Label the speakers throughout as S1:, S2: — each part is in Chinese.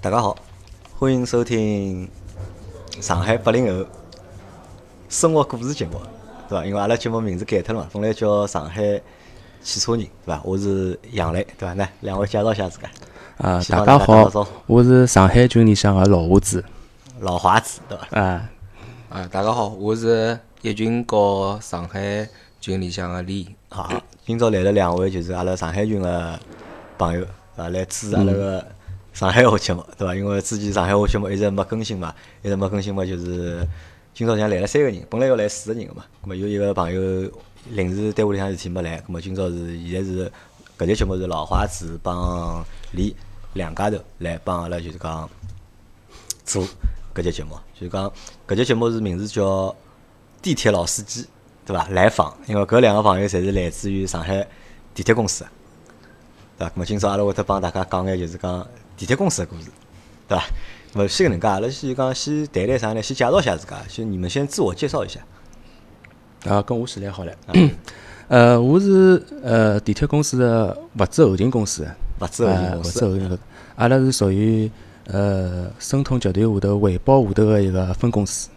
S1: 大家好，欢迎收听上海八零后生活故事节目，对伐？因为阿拉节目名字改脱了嘛，本来叫上海汽车人，对伐？我是杨磊，对伐？来，两位介绍一下自家。
S2: 啊，
S1: 先
S2: 大
S1: 帮
S2: 家
S1: 大家打个招
S2: 好
S1: 呼，
S2: 我是上海群里向个老胡子
S1: 老华子，对伐？
S2: 啊，
S3: 啊，大家好，我是一群和上海群里向的李，
S1: 好，啊今朝来了两位，就是阿拉上海群的朋友，对伐？来支持阿拉个上海话节目，对伐？因为之前上海话节目一直没更新嘛，一直没更新嘛，就是今朝像来了三个人，本来要来四个人个嘛，咁么有一个朋友临时单位里向事体没来，咁么今朝是现在是搿节节目是老花子帮李两家头来帮阿拉就是讲做搿节节目，就是讲搿节节目是名字叫《地铁老司机》，对伐？来访，因为搿两个朋友侪是来自于上海地铁公司的，对伐？咁么今朝阿拉会得帮大家讲眼就是讲地铁公司的故事，对伐？咁么先搿能介，阿拉先讲先谈谈啥呢？先介绍一下自家，先你们先自我介绍一下。
S2: 啊，跟我先来好了。
S1: 嗯
S2: 呃，我是呃地铁公司的物资后勤公司，
S1: 物资后勤
S2: 啊
S1: 公
S2: 物
S1: 司
S2: 资后勤公司，阿拉是属于呃申通集团下头环保下头个一个分公司。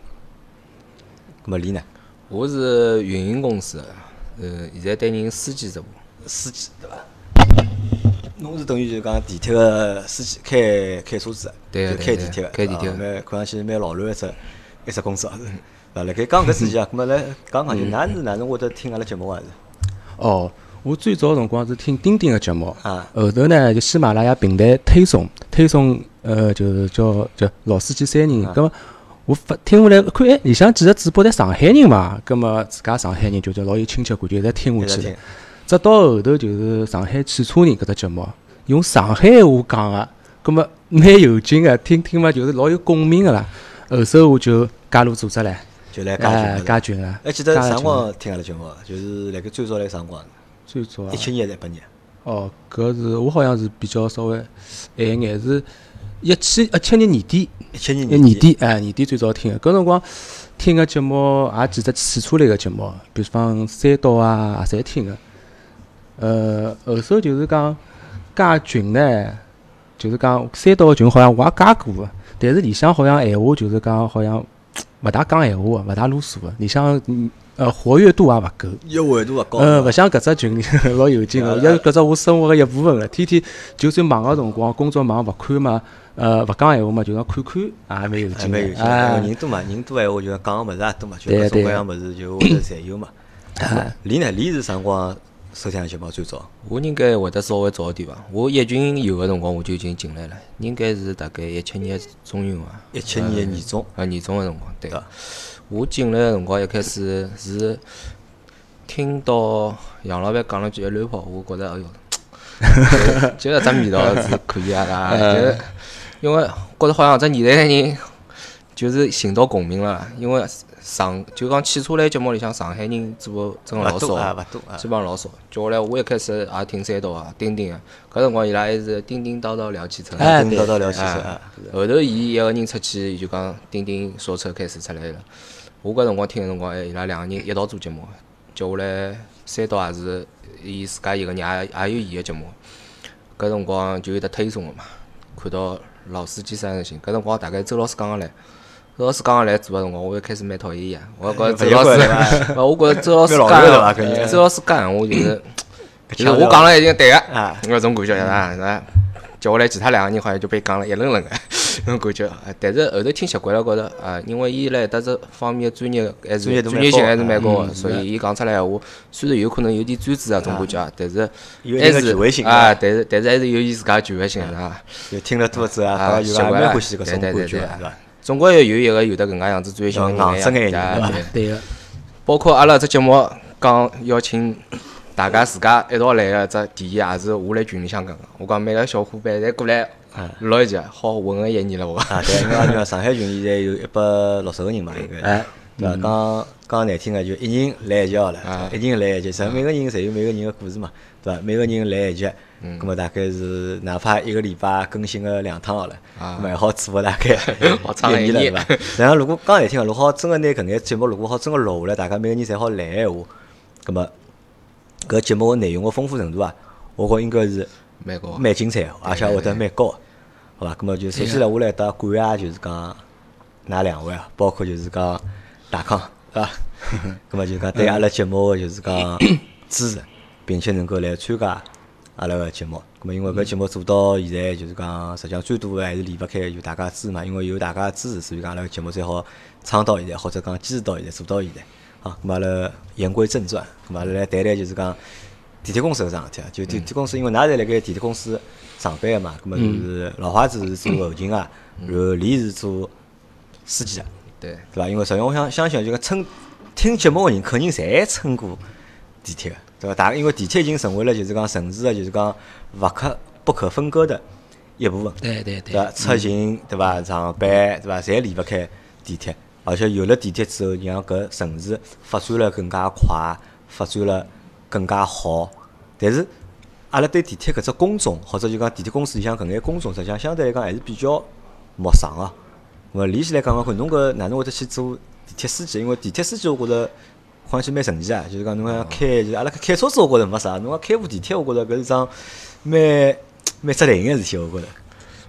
S1: 咁么李呢？
S3: 我是运营公司的，呃，现在担任司机职务。
S1: 司机对伐？侬是等于就是讲地铁个司机，开开车子的，
S3: 对
S1: 就
S3: 个
S1: 开
S3: 对
S1: 地
S3: 个
S1: 铁的，
S3: 开地
S1: 啊
S3: 铁的
S1: 蛮看上去蛮老卵一只一只工 作。是啊，辣盖讲搿事情啊，咁么来讲讲就，㑚是哪能会得听阿拉节目啊？是
S2: 哦，我最早辰光是听钉钉个节目
S1: 啊，
S2: 后头呢就喜马拉雅平台推送，推送呃就是叫叫老司机三人，
S1: 啊
S2: 咁么我发听下来看，哎，里向几个主播侪上海人嘛，咁么自家上海人就是老有亲切感，就一直听下
S1: 一直
S2: 去
S1: 听
S2: 了。直到后头就是上海汽车人搿只节目，用上海话讲个，咁么蛮有劲个，听听嘛就是老有共鸣个啦。后首我就加入组织唻，
S1: 就来加群
S2: 哎
S1: 了，
S2: 加群啊，
S1: 还记得
S2: 加
S1: 啥
S2: 群
S1: 辰光听阿拉节目啊？就是辣盖最早辣啥辰光？
S2: 最早啊
S1: 一七年还是一八年？
S2: 哦，搿是我好像是比较稍微晚眼，是一七一七年年底，
S1: 一七年
S2: 一年底哎年底最早听的。搿辰光听个节目也几只汽车类个节目，比方三刀啊，也侪听个。呃，后首就是讲加群呢，就是讲三刀个群好像我也加过个，但是里向好像闲话就是讲好像勿大讲闲话个，勿大啰嗦个，里向嗯呃活跃度也勿够。
S1: 一维度勿啊高，呃
S2: 嗯，勿像搿只群里 老有劲个，也是搿只我生活个一部分了。天天就算忙个辰光，工作忙勿看嘛，呃，勿讲闲话嘛，就讲看看，也蛮有
S1: 还
S2: 劲
S1: 哎蛮有
S2: 个
S1: 劲的。
S2: 啊
S1: 因为。人多嘛，人多闲话就讲个物事也多嘛，就
S2: 对
S1: 各种
S2: 对
S1: 各样物事就会得侪有嘛。李呢？李是啥辰光收听阿拉节目啊最早？
S3: 我应该会得稍微早一点吧，我一群有个辰光我就已经进来了，应该是大概一七年啊中旬伐，
S1: 一七年年中，
S3: 啊，年中个辰光，对
S1: 对伐。
S3: 我进来个辰光一开始是听到杨老板讲了句一乱跑，我觉着哎哟， 就就搿只味道是可以 啊啦，
S1: 嗯
S3: 就因为觉着好像搿只年代个人就是寻到共鸣了，因为上就讲汽车类节目里向上海人做真个老
S1: 勿
S3: 少
S1: 多啊，勿多啊。
S3: 基本上老少。叫下来，我一开始也听三刀啊、钉钉啊，搿辰光伊拉还是叮叮叨叨聊汽车。
S2: 哎
S1: 跟
S2: 对
S1: 叨叨聊汽车
S3: 啊
S1: 啊，，
S3: 后头伊一个人出去，伊就讲钉钉说车开始出来了。我搿辰光听个辰光，哎，伊拉两个人一道做节目，接下来三刀也是伊自家一个人，也也有伊个节目。搿辰光就有得推送个嘛，看到老司机三人行，搿辰光大概周老师讲个来。周老师刚刚来做个辰光，我一开始蛮讨厌伊个，啊我觉着周老
S1: 勿习
S3: 师
S1: 惯对，
S3: 勿我觉着周老师
S1: 蛮老
S3: 讲
S1: 实的吧搿
S3: 个，
S1: 人
S3: 周老师讲闲话就是，就是
S1: 腔
S3: 我
S1: 调
S3: 讲了已经对个，
S1: 啊
S3: 搿种感觉啊，那接下来其他两个人好像就被讲了一愣 愣个，搿种感觉。啊但是后头听习惯了，觉着啊，因为伊辣搿搭这方面专业还
S1: 专业嗯
S3: 是
S1: 度
S3: 专业性还是
S1: 蛮
S3: 蛮
S1: 高
S3: 高个，所以伊讲出来闲话，虽然有可能有点专制啊，种感觉啊，但是
S1: 有一定
S3: 还
S1: 的
S3: 是
S1: 权威性
S3: 啊，但是但是还是有伊自家权威性的啊。
S1: 就听了多了之后啊，好像
S3: 习
S1: 就还
S3: 惯
S1: 蛮
S3: 了，
S1: 欢喜搿种
S3: 对
S1: 感
S3: 对
S1: 觉，啊是
S3: 对
S1: 嗯啊
S3: 对
S1: 伐？
S3: 总归要有一个有得搿能介样子专业性
S1: 要硬
S3: 的
S1: 整眼
S3: 人
S1: 人
S3: 呀
S1: 对吧
S3: 对
S2: 哎对个，
S3: 包括阿拉只节目讲邀请大家自家一道来个只提议，也是我来群里向讲个。我讲每个小伙伴侪过来录一集，好混个一年了我。
S1: 啊， 对，因为讲上海群现在有一百六十个人嘛，应该
S2: 哎
S1: 是，对伐？
S3: 嗯
S1: 讲讲难听个，就一人来一集好
S3: 啊
S1: 了，一人来一集，实际上每个人侪有每个人个故事嘛，对伐？每个人来一集，
S3: 嗯
S1: 咁么大概是哪怕一个礼拜更新个两趟好了，咁么还好做个大概
S3: 啊 好长个
S1: 一
S3: 一
S1: 年
S3: 年
S1: 了，对伐？实际上如果讲难听个，如果好真个拿搿眼节目，如果好真个录下来，大家每个人侪好来个闲话，咁么搿节目个内容个丰富程度啊，我觉应该是。
S3: 蛮高，
S1: 蛮精彩的，而且会得蛮高的。好伐？咁么就首先来，我来搭感谢，就是讲㑚两位啊，包括就是讲大康，是伐？咁么啊就讲对阿拉节目个就是讲支持，并且能够来参加阿拉个节目。咁么啊因为搿节目做到现在，就是讲实际上最多个还是离勿开有大家支持嘛，因为有大家支持，所以讲阿拉个节目才好撑到现在，或者讲坚持到现在，做到现在。好，咁么阿拉言归正传，咁啊么阿拉来谈谈就是讲地铁公司搿桩事体啊，就地铁公司，因为㑚侪辣盖地铁公司上班个嘛，咁么就是老花子是做后勤个，然后李是做司机个，
S3: 对，
S1: 对伐？因为实际上我想相信，就讲乘听节目个人肯定侪乘过地铁个，对伐？大因为地铁已经成为了就是讲城市个就是讲勿可不可分割的一部分，
S2: 对对
S1: 对伐？出行对伐？上班对伐？侪离勿开地铁，而且有了地铁之后，让搿城市发展了更加快，发展了更加好。但是阿拉对地铁搿只工种，或者就讲地铁公司里向搿眼工种，实际上相对来讲还是比较陌生啊个、我理起来讲讲看，侬搿哪能会得去做地铁司机？因为地铁司机我觉着看起来蛮神奇啊，就是讲侬讲开，就是阿拉开车子我觉着没啥，侬讲开部地铁我觉着搿是桩蛮蛮扎人个事体，我觉着。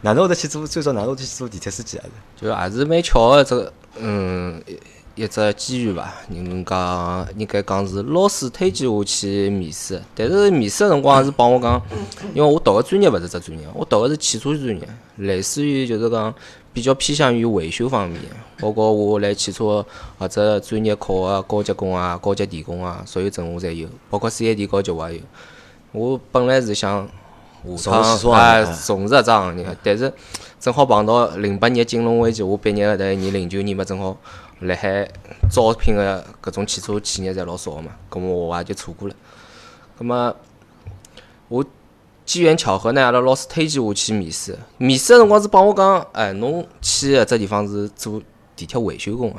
S1: 哪能会得去做？最早哪能会得去做地铁司机啊？
S3: 就还是蛮巧个一只嗯一一只机遇伐。人家应该讲是老师推荐我去面试，但是面试个辰光是帮我讲，因为我读个专业勿是只专业，我读个是汽车专业，类似于就是讲比较偏向于维修方面，包括我来汽车或者专业考个高级工啊、高级电工啊，所有证我侪有，包括 CAD 高级我也有。我本来是想
S1: 从
S3: 下
S1: 事
S3: 趟
S1: 说
S3: 啊
S1: 哎
S3: 从事搿只行业，但是正好碰到零八年金融危机，我毕业搿搭一年零九年嘛，正好辣海招聘个搿种汽车企业侪老少个嘛，搿么我也就错过了。葛么我机缘巧合呢，阿拉老师推荐我去面试，面试个辰光是帮我讲，哎，侬去搿只地方是做地铁维修工个、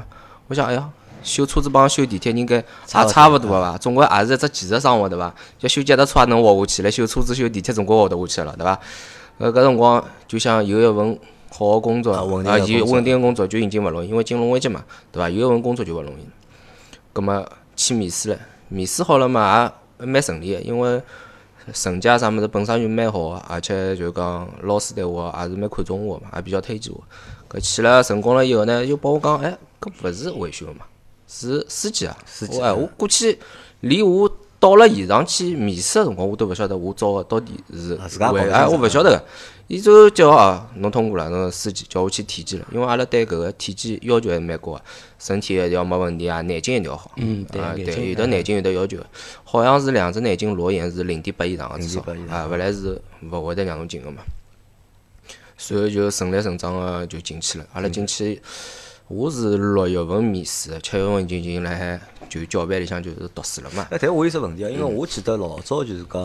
S3: 我想，哎呀，修车子帮修地铁应该也
S1: 差勿
S3: 啊
S1: 多
S3: 差勿多个伐，总归也是一只技术生活对伐？要修脚踏车也能活下去，来修车子、修地铁总归活得下去了对伐？呃，搿辰光就想有一份好个工作，
S1: 啊稳定
S3: 啊，
S1: 的
S3: 有
S1: 工作
S3: 稳定个工作就已经勿容易，因为金融危机嘛，对伐？有一份工作就勿容易了。葛末去面试了，面试好了嘛，也蛮顺利个，因为成绩啊啥物事本身就蛮好个，而且就讲老师对我啊也是蛮看重我嘛，也比较推荐我。搿去了成功了以后呢，又帮我讲，哎，搿勿是维修个嘛，是司机啊。
S1: 司机
S3: 我哎，我过去连我到了现场去面试个辰光，我都勿晓得我招个到底是
S1: 啊自家搞
S3: 为
S1: 不清
S3: 哎，
S1: 楚
S3: 我勿晓得个。伊最后叫我啊，侬通过了，侬司机叫我去体检了，因为阿拉对搿个体检要求还蛮高个，啊身体一定要没问题啊，眼睛一定要好。
S2: 嗯对
S3: 啊
S2: 眼睛
S3: 对，有的眼睛有的要求，好像是两只眼睛裸眼是零点八以上个至少
S1: 0.8以上
S3: 啊，勿然是勿会得让侬进个嘛。随后就顺理成章个啊就进去了，阿拉进去。我是六月份面试的，七月份就已经辣海就教班里向就是读书了嘛。
S1: 哎，但我有一只问题啊，因为
S3: 嗯
S1: 我记得老早就是讲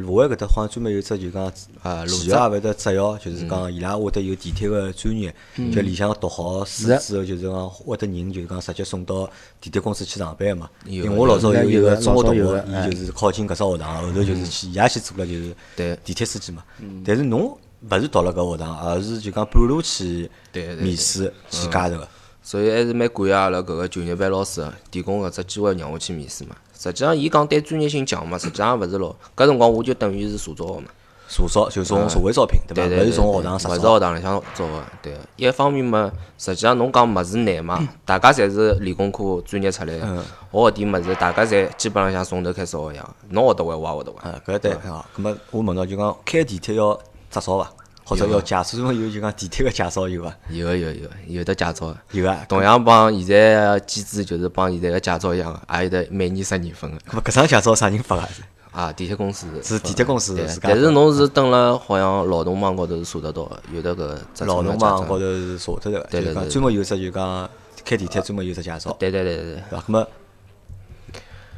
S1: 卢湾搿搭好像专门有只就讲
S3: 啊嗯路
S1: 企业也会得职校，就是讲伊拉会得有地铁个专业，
S3: 嗯
S1: 就里向读好书之后，就是讲会得人就是讲直接送到地铁公司去上班嘛。因
S3: 有
S1: 为我老早
S2: 有
S1: 有一个
S2: 有
S1: 中学同
S2: 老早有
S1: 学
S2: 的，哎
S1: 伊就是考进搿只学堂，后头就是去伊也去做了就是
S3: 嗯对嗯
S1: 地铁司机嘛。但是侬勿是读了搿学堂，而是就讲半路去
S3: 对对对嗯
S1: 面试去加入个。
S3: 所以还是蛮感谢阿拉搿个就业班老师提供搿只机会让我去面试嘛。实际上，伊讲对专业性强嘛，实际上也勿是老。搿辰光我就等于是社招个嘛，
S1: 社招就从社会招聘对
S3: 对
S1: 伐？
S3: 嗯对
S1: 勿
S3: 对，
S1: 是从学
S3: 对
S1: 堂
S3: 勿
S1: 实
S3: 是
S1: 招。
S3: 学堂里向招个。对，一方面嘛，实际上侬讲物事难嘛，
S1: 嗯
S3: 大家侪是理工科专业出来个，学搿点物事大家侪基本浪向从头开始学一样。侬学得会，我也学得会。
S1: 啊，搿对
S3: 嗯
S1: 啊。葛末我问到就讲开地铁要执照伐？或
S3: 啊
S1: 者要驾驶证有就讲地铁个驾照有伐？
S3: 有个有个有个有的驾照个。
S1: 有啊。
S3: 同样帮现在的机制就是帮现在的驾照一样的，也有得每年十年份的
S1: 葛末搿张驾照啥人发个？
S3: 啊。地铁公司
S1: 是地铁公司
S3: 对
S1: 自家发
S3: 但
S1: 的。
S3: 是侬是登了好像劳动网高头是查得到的，有的搿只
S1: 老农网高头
S3: 头。
S1: 是查得着个，就
S3: 对
S1: 是
S3: 对
S1: 讲
S3: 对
S1: 专门有只就讲开地铁专门有只驾照，对
S3: 对对对对对，
S1: 伐？葛末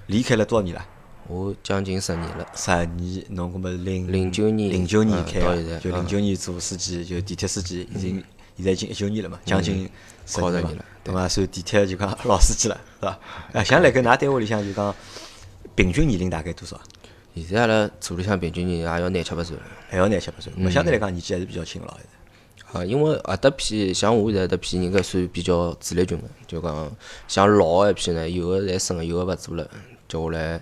S1: 离开了多少年了？
S3: 我将近十年了。
S1: 十年，侬搿么零
S3: 09年
S1: 零九年
S3: 嗯
S1: 开
S3: 到
S1: 的
S3: 现在
S1: 就零
S3: 嗯
S1: 九年做司机，就地铁司机，已经现在已经一九年了嘛，将近十
S3: 嗯靠
S1: 年
S3: 着
S1: 嘛
S3: 你了，
S1: 对伐？算地铁就讲 老司机了，是伐？哎，像辣盖㑚单位里向就讲平均年龄大概多少？啊
S3: 现在阿拉组里向平均年龄也要廿七八岁了。
S1: 还要廿七八岁，
S3: 嗯
S1: 咾相对来讲年纪还是比较轻了。现在
S3: 啊，因为阿搭批像我现在搿搭批应该算比较主力军个，就讲像老的一批呢，有个侪升了，有个勿做了，接下来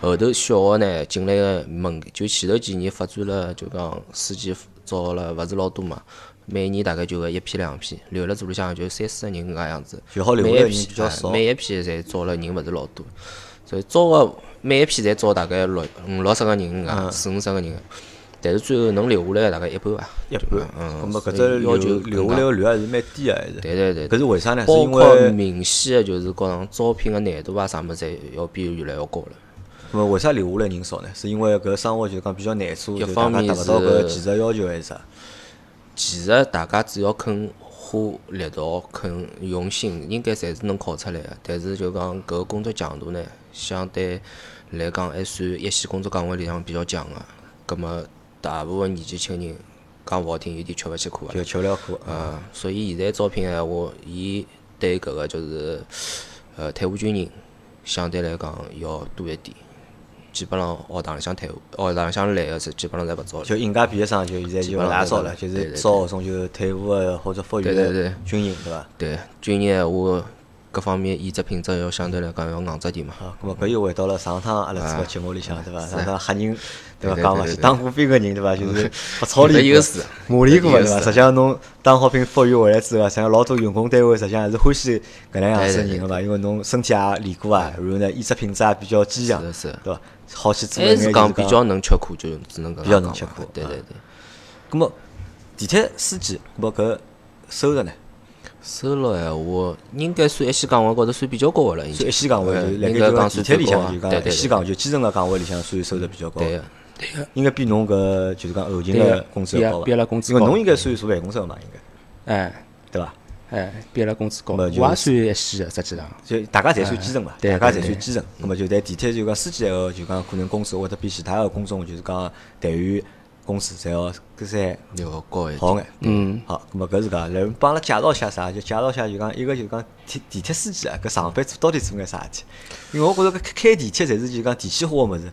S3: 后头小个呢进来个门，就前头几年发展了，就讲司机招了勿是老多嘛，每年大概就搿一批两批，留辣组里向就三四个人搿能介样子。
S1: 就好留
S3: 每
S1: 下来
S3: 一
S1: 人
S3: 批
S1: 比较
S3: 哎
S1: 少
S3: 每一批侪招了人勿是老多，所以招个每一批侪招大概六五六十个人搿能
S1: 嗯
S3: 介，四五十个人。啊但是最后能留下来大概一半伐？
S1: 一半，
S3: 嗯
S1: 咁啊么搿
S3: 所
S1: 只
S3: 以
S1: 留
S3: 要求
S1: 留下
S3: 更
S1: 来
S3: 加
S1: 个率还是蛮低个，还是。
S3: 对对对，
S1: 搿是为啥呢？是
S3: 包
S1: 因
S3: 括
S1: 为，
S3: 明啊显的就是讲招聘个难度啊啥物事，侪要比原来要高了。
S1: 咁么为啥留下来人少呢？是因为搿生活就是讲比较难做，
S3: 一
S1: 就大
S3: 方
S1: 家
S3: 面
S1: 达勿到搿
S3: 是
S1: 技术要求还是啥？
S3: 其实大家只要肯花力道、肯用心，应该侪是能考出来个。但是就讲搿个工作强度呢，相对来讲还算一线工作岗位里向比较强个。葛末啊大部分年纪轻人，讲勿好听，有点吃勿起苦个
S1: 就。吃勿了苦。
S3: 呃，所以现在招聘闲话，伊对搿个就是呃退伍军人相对来讲要多一点，基本上学堂里向退伍，学堂里向来个是基本上侪勿招了。
S1: 就应届毕业生就现在
S3: 基
S1: 就
S3: 本上
S1: 拉
S3: 是
S1: 少
S3: 的
S1: 了，就
S3: 对
S1: 是
S3: 对
S1: 招搿种就是退伍个或者复员
S3: 对对
S1: 的
S3: 对
S1: 军人，对伐？
S3: 对，军人闲话，各方面意志品质要相对来讲要硬质点嘛。
S1: 啊，咁么搿又回到了上趟阿拉这个节目里向，对伐？上趟黑人对伐
S3: 啊对对
S1: 讲嘛，
S3: 对
S1: 是
S3: 对
S1: 当过兵个人对 伐？就是不操
S3: 有的
S1: 练
S3: 优势
S1: 过，磨练过
S3: 有的
S1: 对伐？
S3: 优势
S1: 实际上侬当好兵复员回来之后啊，实际上老多用工单位实际上还是欢喜搿能样子的人个伐？因为侬身体也练过啊，然后呢意志品质也比较坚强，
S3: 是的是的
S1: 对伐？好去做
S3: 还
S1: 一眼
S3: 是
S1: 就是
S3: 讲比较能吃苦，就只能搿能
S1: 比较
S3: 讲
S1: 能吃
S3: 嘛
S1: 苦
S3: 对
S1: 啊
S3: 对对，
S1: 咁么地铁司机，咁么搿收入呢？
S3: 收入闲话，应该算一线岗位高头算比较高个了，已
S1: 算
S3: 经。
S1: 一线岗位
S3: 嗯
S1: 就辣
S3: 应
S1: 盖
S3: 该
S1: 就
S3: 讲
S1: 讲地
S3: 算
S1: 铁
S3: 最
S1: 里
S3: 高啊
S1: 向就
S3: 对
S1: 讲一
S3: 对
S1: 线
S3: 对
S1: 岗就基层个岗位里向算收入比较高。
S3: 对个，
S1: 应该比侬搿就是讲后勤个工资要高吧？
S2: 比阿拉工资
S1: 因为
S2: 高
S1: 侬应该算坐办公室个嘛，应该
S2: 哎
S1: 对伐？
S2: 哎，比阿拉工资高，
S1: 那
S2: 我
S1: 就
S2: 也算一线的，实际上。
S1: 就大家侪算基层嘛，
S2: 对
S1: 大家
S2: 对
S1: 侪
S2: 对
S1: 算基层。那么就但地铁就讲司机个就讲可能工资会得比其他个工种就是讲待遇、工资侪要搿些
S3: 要高一点。
S1: 好眼。
S2: 嗯，
S1: 好，那么搿是搿，来帮阿拉介绍一下啥？就介绍一下就讲一个就讲地地铁司机啊，搿上班做到底做眼啥事体？因为我觉着搿开地铁侪是就讲电气化个物事，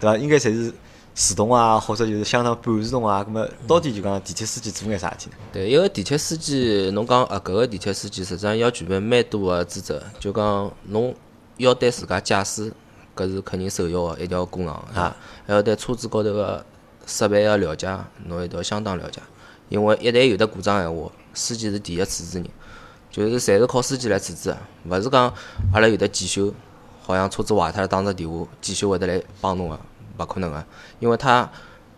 S1: 对伐？应该侪是自动啊，或者就是相当半自动啊。那么到底就讲地铁司机做眼啥事体呢？
S3: 对，一个地铁司机，侬讲啊，搿个地铁司机实际上要具备蛮多个资质，就讲侬要对自家驾驶，搿是肯定首要个，一定要过硬
S1: 啊，
S3: 还要对车子高头个设备个了解，侬一定要相当了解，因为一旦有的故障闲话，司机是第一处置人，就是侪是靠司机来处置，勿是讲阿拉有的检修，好像车子坏脱了打只电话，检修会得来帮侬个，勿可能个，因为他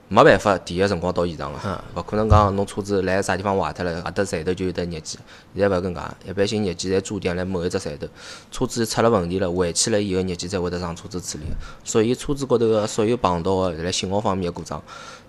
S3: 没办法第一辰光到现场个，勿可能讲侬车子来啥地方坏脱了，阿搭站头就有得日记，现在勿搿能介，一般性日记侪驻点辣某一只站头，车子出了问题了，回去了以后日记才会得上车子处理，所以车子高头个所有碰到个辣信号方面个故障，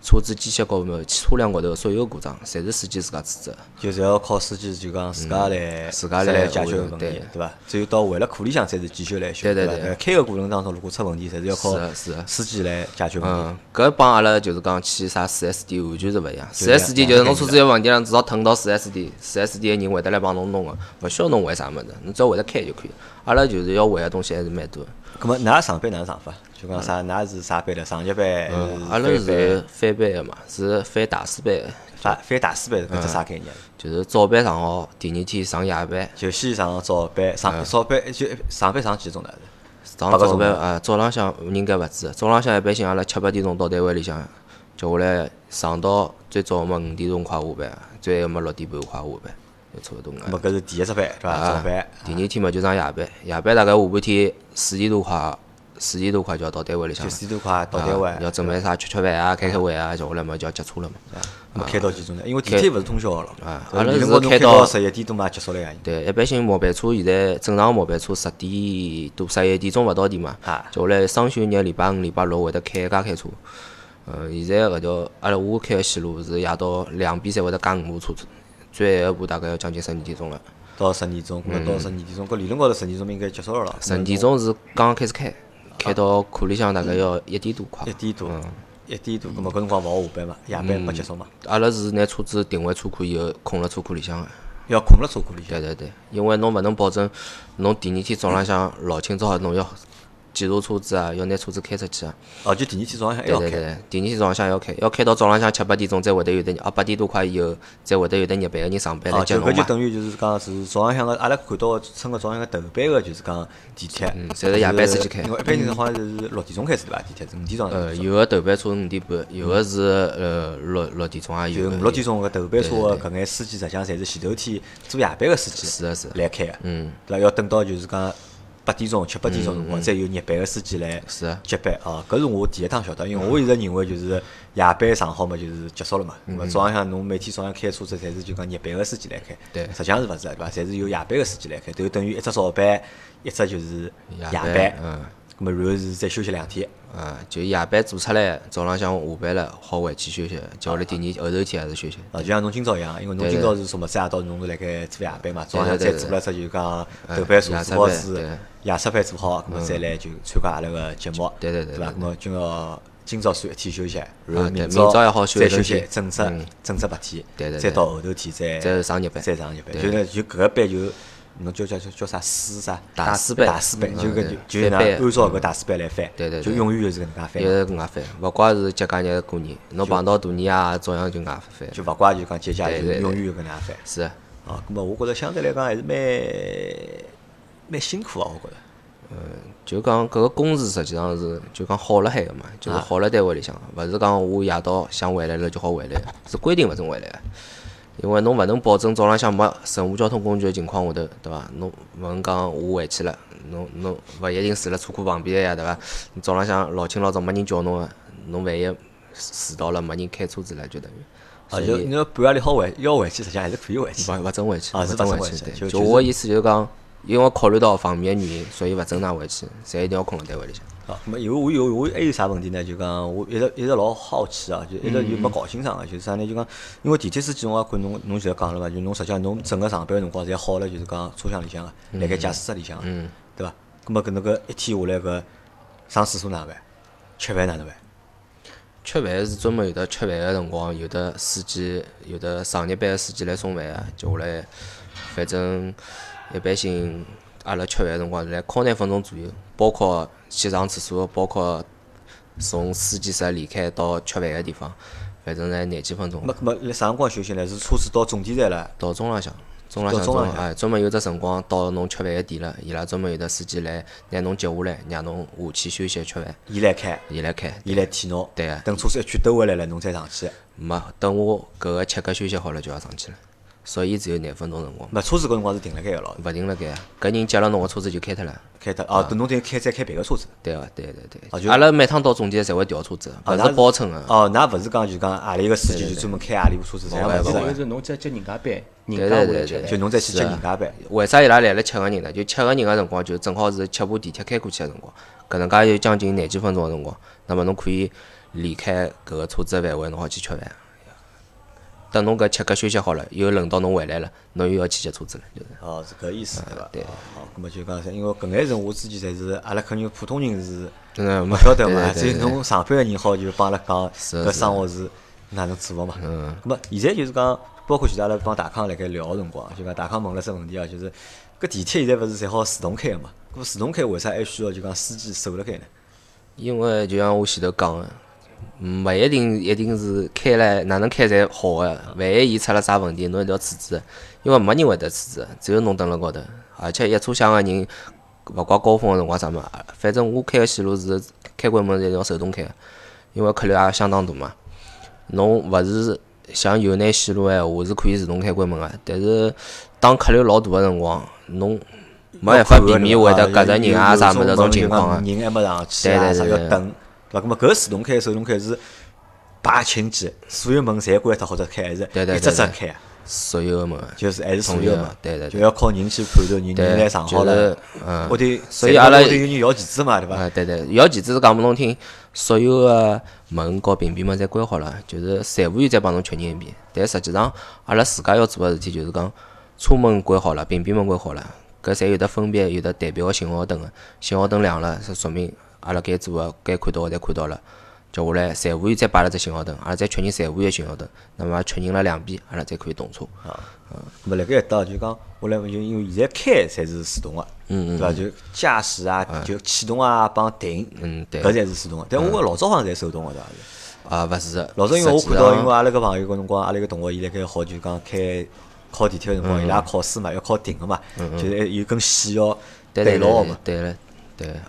S3: 车子机械高头、车辆高头个所有故障，侪是司机自家处置个。
S1: 就是要靠司机就讲自家来
S3: 嗯自家
S1: 来
S3: 来
S1: 解决
S3: 维
S1: 个
S3: 护
S1: 问
S3: 对
S1: 题，对伐？只有到为了库里向才是检修来修，
S3: 对对
S1: 伐？
S3: 对
S1: 呃开个过程当中如果出问题，侪是要靠
S3: 是的是的
S1: 司机来解决问题。
S3: 嗯，搿帮阿拉就是讲去啥四 S 店完全是勿一样。四
S1: 两
S3: S 店就是侬车子有问题了，至少腾到四 S 店，四 S 店个人会得来帮侬弄个，勿需要侬会啥物事，侬只要会得开就可以。阿拉就是要会个东西还是蛮多的。
S1: 咁啊么，㑚上班哪能上法？就讲啥，㑚是啥班的？上级呃班还是
S3: 嗯阿拉
S1: 翻班
S3: 是翻班个嘛，是翻大四班的，
S1: 翻翻大四班是搿
S3: 嗯
S1: 只啥概念？
S3: 就是早班上好，第二天上夜班。
S1: 就先上早班，上
S3: 嗯
S1: 早班就上班上几个钟头？
S3: 上
S1: 八个
S3: 早
S1: 钟头
S3: 班啊，早浪向应该勿止，早浪向一般性阿拉七八点钟到单位里向，接下来上到最早么五点钟快下班，最晚么六点半快下班，就差勿多搿能
S1: 咁么搿是第一只班，对伐？
S3: 啊
S1: 早班。
S3: 第二天嘛就上夜班，夜班大概下半天四点多快，四点多快就要到单位里向
S1: 九
S3: 了。
S1: 点多快到单
S3: 啊要
S1: 位，
S3: 准备啥吃吃饭啊、开开会啊，接下来嘛就要接车了嘛。
S1: 咁么开到几钟头？因为地铁勿是通宵个咯
S3: 啊，
S1: 对吧
S3: 阿拉
S1: 理论
S3: 是
S1: 高头
S3: 开
S1: 到
S3: 到
S1: 十一点多嘛结束了呀。应该
S3: 对，一般性末班车现在正常末班车十点多、十一点钟勿到点嘛
S1: 啊。
S3: 接下来双休日、礼拜五、礼拜六会得开一家开车。嗯，现在搿条阿拉我开个线路是夜到两边侪会得加五部车子，最后一部大概要将近十二点钟了。
S1: 到十二点钟，咁么到十二点钟，搿理论高头十二点钟应该结束了咯。
S3: 嗯十二点钟是刚刚开始开，开到
S1: 啊
S3: 库里向大概要一点嗯多快
S1: 一。点多，一点多，咁么搿辰光勿好下班嘛，夜班没结束嘛，
S3: 阿拉是拿车子停回车库以后，困辣车库里向个。
S1: 要困辣车库里向。
S3: 对对对，因为侬勿能保证侬第二天早浪向老清早侬要检查车子啊，要拿车子开出去啊。
S1: 哦，就第二天早浪向还
S3: 对
S1: 要
S3: 对
S1: 开。
S3: 对，第二天早浪向要开，要开到早浪向七八点钟才会得有的，啊八点多快以后才会得有的日办个人上班来
S1: 哦，
S3: 接
S1: 就
S3: 侬
S1: 搿就
S3: 嘛。
S1: 等于就是讲是早浪向个，阿拉看到个乘个早浪向个头班个，就是讲地铁，呃
S3: 嗯侪是夜班时间开
S1: 因为一般性好像是六点钟开始对伐？地铁是五点钟开
S3: 呃，
S1: 始。
S3: 有个头班车五点半，有个是呃六六点钟啊，
S1: 就
S3: 有
S1: 是
S3: 的
S1: 五六点钟个头班车个搿眼司机，实际上侪是前头天做夜班个司机
S3: 是的是的
S1: 来开个，
S3: 嗯，
S1: 对伐？要等到就是讲八点钟、七八点钟辰光，再有日班个司机来
S3: 是的
S1: 接班啊。搿是我第一趟晓得，因为我一直认为就是夜班上好嘛，就是结束了嘛。
S3: 嗯
S1: 那么早浪向侬每天早浪向开车子，侪是就讲日班个司机来开，
S3: 对
S1: 实际上是勿是的对伐？侪是由夜班个司机来开，就等于一只早班，一只就是
S3: 夜
S1: 夜
S3: 班，嗯。
S1: 那么然后是再休息两天，
S3: 啊，就夜班做出来，早浪向下班了，好回去休息。接下来第二后头天还是休息。
S1: 啊，就像侬今朝一样，因为侬
S3: 对
S1: 今
S3: 对
S1: 朝是什么子夜到侬是辣盖做夜班嘛，早浪向
S3: 对
S1: 再
S3: 对对
S1: 做了只就是讲
S3: 嗯
S1: 头班做
S3: 夜
S1: 做好
S3: 班
S1: 事
S3: 对，嗯
S1: 夜色饭做好，咁么再来就参加阿拉个节目，
S3: 对对对
S1: 伐？
S3: 对
S1: 咁么今朝今朝算一天休息，然后
S3: 啊对
S1: 明
S3: 明朝也好休息
S1: 再休
S3: 休
S1: 息
S3: 息，
S1: 正式正式白天
S3: 对对，
S1: 再
S3: 对
S1: 到后头天再
S3: 再上日班
S1: 再上日班，
S3: 对
S1: 就呢就搿个班就侬叫叫叫叫啥师啥
S3: 大师班
S1: 大师班
S3: 嗯
S1: 就搿
S3: 对
S1: 就就拿
S3: 翻班
S1: 按照搿大师班来翻，
S3: 对对
S1: 就
S3: 对
S1: 永远就是搿能介
S3: 一
S1: 翻嘛。
S3: 直搿能介翻，勿怪是节假日过年，侬碰到大年夜照样就搿能介翻。
S1: 就勿怪就讲节假日
S3: 对
S1: 就
S3: 对
S1: 是
S3: 对
S1: 永远搿能介翻。
S3: 是的，
S1: 啊，咁么我觉着相对来讲还是蛮蛮辛苦啊，我觉着。
S3: 就讲搿个工时实际上是就讲好了海个嘛，就是好了单位里向，勿是讲我夜到想回来了就好回来，是规定勿准回来的。因为侬勿能保证早浪向没乘务交通工具个情况下头，对伐？侬勿能讲我回去了，侬侬勿一定住辣车库旁边个呀，对伐？你早浪向老清老早没人叫侬个，侬万一迟到了没人开车子了，就等于
S1: 啊，就你要半夜里好回，要回去，实际上还是可以回去。
S3: 勿勿准回去，
S1: 啊
S3: 勿
S1: 是
S3: 准
S1: 勿准
S3: 回
S1: 回去
S3: 对，
S1: 就
S3: 就
S1: 就是
S3: 我意思就是讲，因为考虑到房面原因，所以勿准㑚回去，侪一定要困辣单位里向。
S1: 啊，咁么有我有我还有啥问题呢？就讲我一直一直老好奇啊，就一直就没搞清爽啊，就是啥呢？就讲因为地铁司机我也看啊侬侬现在讲了嘛，就侬实际上侬整个上班的辰光侪耗了，就是讲车厢里向个，辣盖驾驶室里向个，对伐？咁么搿能个一天下来搿上厕所哪能办？吃饭哪能办？
S3: 吃饭是专门有的吃饭个辰光，有的司机，有的上日班个司机来送饭个，接下来反正一般性阿拉吃饭个辰光是来敲廿分钟左右，包括去上厕所，包括从司机室离开到吃饭个地方，反正呢廿几分钟
S1: 咁。么咁么辣啥辰光休息呢？是车子到终点站了，
S3: 到中浪向，中浪向，
S1: 到中
S3: 中
S1: 浪
S3: 浪
S1: 向
S3: 哎，专门有只辰光到侬吃饭个点了，伊拉专门有得司机来拿侬接下来，让侬下去休息吃饭，
S1: 伊来开，
S3: 伊来开。
S1: 伊来替侬，
S3: 对啊
S1: 等车子一圈兜回来了，侬再上去。
S3: 没，等我搿个吃个休息好了就要上去了，所以只有廿分钟辰光，
S1: 那车子搿辰光是停辣盖个咯，
S3: 勿停辣盖啊。搿人接了侬个车子就开脱了。
S1: 开脱啊，等侬再开再开别个车子。
S3: 对个、对对
S1: 啊
S3: 对，
S1: 就啊
S3: 阿拉每趟到总店侪会调车子，勿
S1: 㑚
S3: 是包啊乘个，
S1: 哦，㑚勿是讲就是讲阿里个司机就专门开阿里部车子，这样
S2: 因
S1: 勿
S2: 为
S1: 是的，
S2: 是侬接接人家班，
S3: 对
S2: 人家
S3: 对
S2: 会
S3: 对
S2: 来接
S3: 对，
S2: 班。
S1: 就侬再去接
S3: 是啊
S1: 人家班。
S3: 为啥伊拉来了七个人呢？就七个人个辰光，就正好是七部地铁开过去个辰光，搿能介有将近廿几分钟个辰光，那么侬可以离开搿个车子个范围，侬好去吃饭。等侬搿吃个休息好了，又轮到侬回来了，侬又要去接车子了，就是。
S1: 哦，是搿意思对伐？
S3: 对
S1: 哦好，葛末就讲是，因为搿眼人我自己侪是阿拉肯定普通人是
S3: 嗯
S1: 勿晓得嘛，
S3: 对
S1: 只
S3: 对
S1: 有侬上班个人好就帮阿拉讲
S3: 是
S1: 搿
S3: 是
S1: 生活是哪能做个嘛。嗯。葛末现在就是讲，包括现在阿拉帮大康辣盖聊个辰光，就讲大康问了只问题啊，就是搿地铁现在勿是侪好自动开个嘛？搿自动开为啥还需要就讲司机守辣盖呢？
S3: 因为就像我前头讲个，勿一定一定是开来哪能开侪好个，万一伊出了啥问题，侬一定要处置，因为没人会得处置，只有侬蹲辣高头，而且一车厢个人，勿怪高峰个辰光啥物事，反正我开个线路是开关门是一定要手动开个，因为客流也相当大嘛。侬勿是像有眼线路个闲话是可以自动开关门个，但是当客流老大个辰光，侬没办法避免会得搿只人啊啥物事种情况个。
S1: 人还没上去
S3: 对
S1: 啊，
S3: 对
S1: 啥
S3: 对
S1: 要
S3: 对
S1: 等，对伐？咁么搿自动开、手动开是排清机，所有门侪关脱或者开，还是
S3: 对对
S1: 一只只
S3: 对对
S1: 开啊？
S3: 所有个门啊，
S1: 就是还是所
S3: 统一
S1: 有
S3: 的
S1: 嘛，
S3: 对对
S1: 就
S3: 对
S1: 要靠人去判断，人人来
S3: 对，
S1: 上
S3: 就
S1: 好了
S3: 是，嗯
S1: 我，得，
S3: 所以阿拉
S1: 我得有人摇旗子嘛，对伐？
S3: 啊，对对，摇旗子是讲拨侬听，所有个门和屏蔽门侪关好了，就是财务员再帮侬确认一遍。但实际上，阿拉自家要做个事体就是讲，车门关好了，屏蔽门关好了，搿侪有得分别，有得代表个信号灯个，信号灯亮了，是说明阿拉该做个、该看到个侪看到了。接下来财务又再摆了只信号灯，阿拉再确认财务的信号灯，那么确认了两遍，阿拉再可以动车。
S1: 啊
S3: 嗯
S1: 咁么辣盖一搭就讲，我来就因为现在开才是自动个，对伐？就驾驶啊，就启动啊，帮停，
S3: 嗯对
S1: 搿才是自动个。但我觉着老早好像侪手动个，对伐？
S3: 啊，勿是的，
S1: 老早因为我
S3: 实际
S1: 看到，
S3: 上
S1: 因为阿拉个朋友搿辰光，阿拉个同学伊辣盖好就讲开考地铁个辰
S3: 嗯
S1: 光，伊拉考试嘛，要考停个嘛，就是有根线要
S3: 对
S1: 对
S3: 对
S1: 牢个
S3: 对
S1: 嘛。
S3: 对了，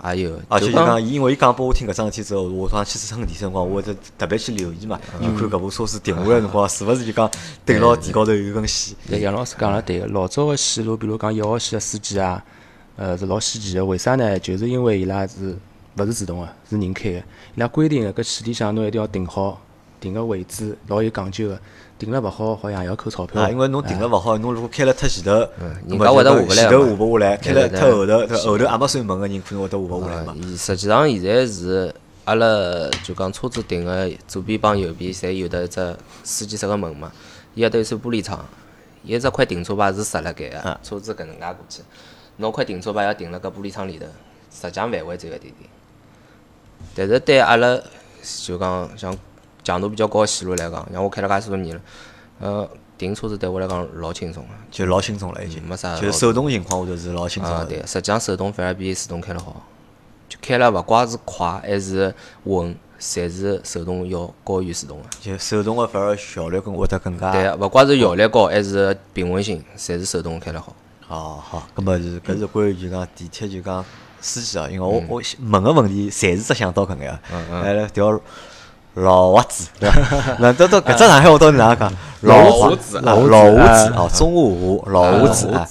S3: 对，也有，
S1: 而啊且就
S3: 讲
S1: 讲，伊因为伊讲拨我听搿桩事体之后，我上去乘地铁辰光，我会得特别去留意嘛，就
S3: 嗯
S1: 看搿部车子停下来辰光，是勿是就讲对牢地高头有根线。
S2: 对，杨老师讲了对个，老早个线路，比如讲一号线个司机啊，呃，是老稀奇个。为啥呢？就是因为伊拉是勿是自动个，是人开个。伊拉规定个搿线里向侬一定要停好，停个位置老有讲究个，停了勿好好像也要扣钞票
S3: 嗯
S1: 啊，
S2: 的。
S1: 因为侬停了勿好，侬如果开了太前头，
S3: 人家会得
S1: 前
S3: 下不来嘛
S1: 头下不下来，开了
S3: 对对
S1: 太
S3: 对
S1: 后头，对吧后头也没算猛个人可能会得下不下来
S3: 呃
S1: 嘛。
S3: 伊实际上现在是阿拉就讲车子停个左边帮右边侪有得一只司机室个门嘛，伊也得有扇玻璃窗，伊一只块停车牌是塞辣盖个，车子搿能介过去，侬块停车牌要停辣搿玻璃窗里头，实际上范围只有一点点。但是对阿拉就讲像强度比较高个线路来讲，像我开了介许多年了，呃，停车子对我来讲老轻松个。
S1: 就老轻松了已经，
S3: 嗯没啥
S1: 就是手动情况下头是老轻松
S3: 啊，
S1: 的。
S3: 对，实际上手动反而比自动开了好，就开了勿怪是快还是稳，侪是手动要高于自动个。
S1: 就手动个反而效率更会得更加。
S3: 对，啊勿怪是效率高还是平稳性，侪是手动开了好。
S1: 哦，好，咁么就是搿是关于就讲地铁就讲司机啊，因为我我问个问题，侪是只想到搿眼啊，哎，条老胡子，对 伐？那到到搿只上海话到底哪能讲？
S3: 老
S1: 胡
S3: 胡子
S1: 嗯老
S2: 老
S1: 胡
S2: 胡子
S1: 子哦，中华话老胡子
S3: 老胡
S1: 啊，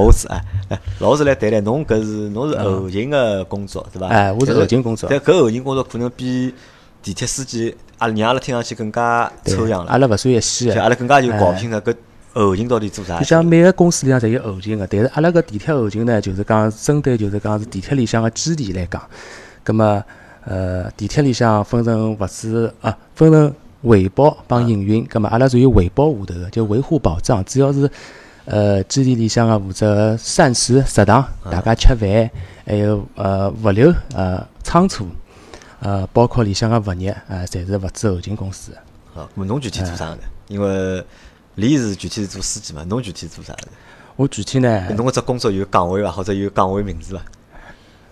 S1: 老胡子嗯啊，哎老胡子来谈谈，侬搿是侬是后勤个工作对伐？
S2: 哎我是
S1: 但
S2: 后勤工作
S1: 但搿后勤工作可能比地铁司机，阿拉让阿拉听上去更加
S2: 对
S1: 抽象了，
S2: 阿拉勿算一线
S1: 就
S2: 个。
S1: 阿拉更加就搞不清楚搿后勤到底做啥
S2: 就
S1: 事体。
S2: 像每个公司里向侪有后勤个，但是阿拉搿地铁后勤呢，就是讲针对就是讲是地铁里向个基地来讲，葛么呃地铁里向分成物资啊，分成维保帮营运，葛么阿拉属于维保下头个，就维护保障，主要是呃基地里向个负责膳食、食堂，大家吃饭，还有呃物流呃仓储。呃，包括里向个物业啊，侪是物资后勤公司。
S1: 好，咁啊侬具体做啥呢？因为李是具体是做司机嘛，侬具体做啥呢？
S2: 我具体呢，
S1: 侬搿只工作有岗位伐，或者有岗位名字伐？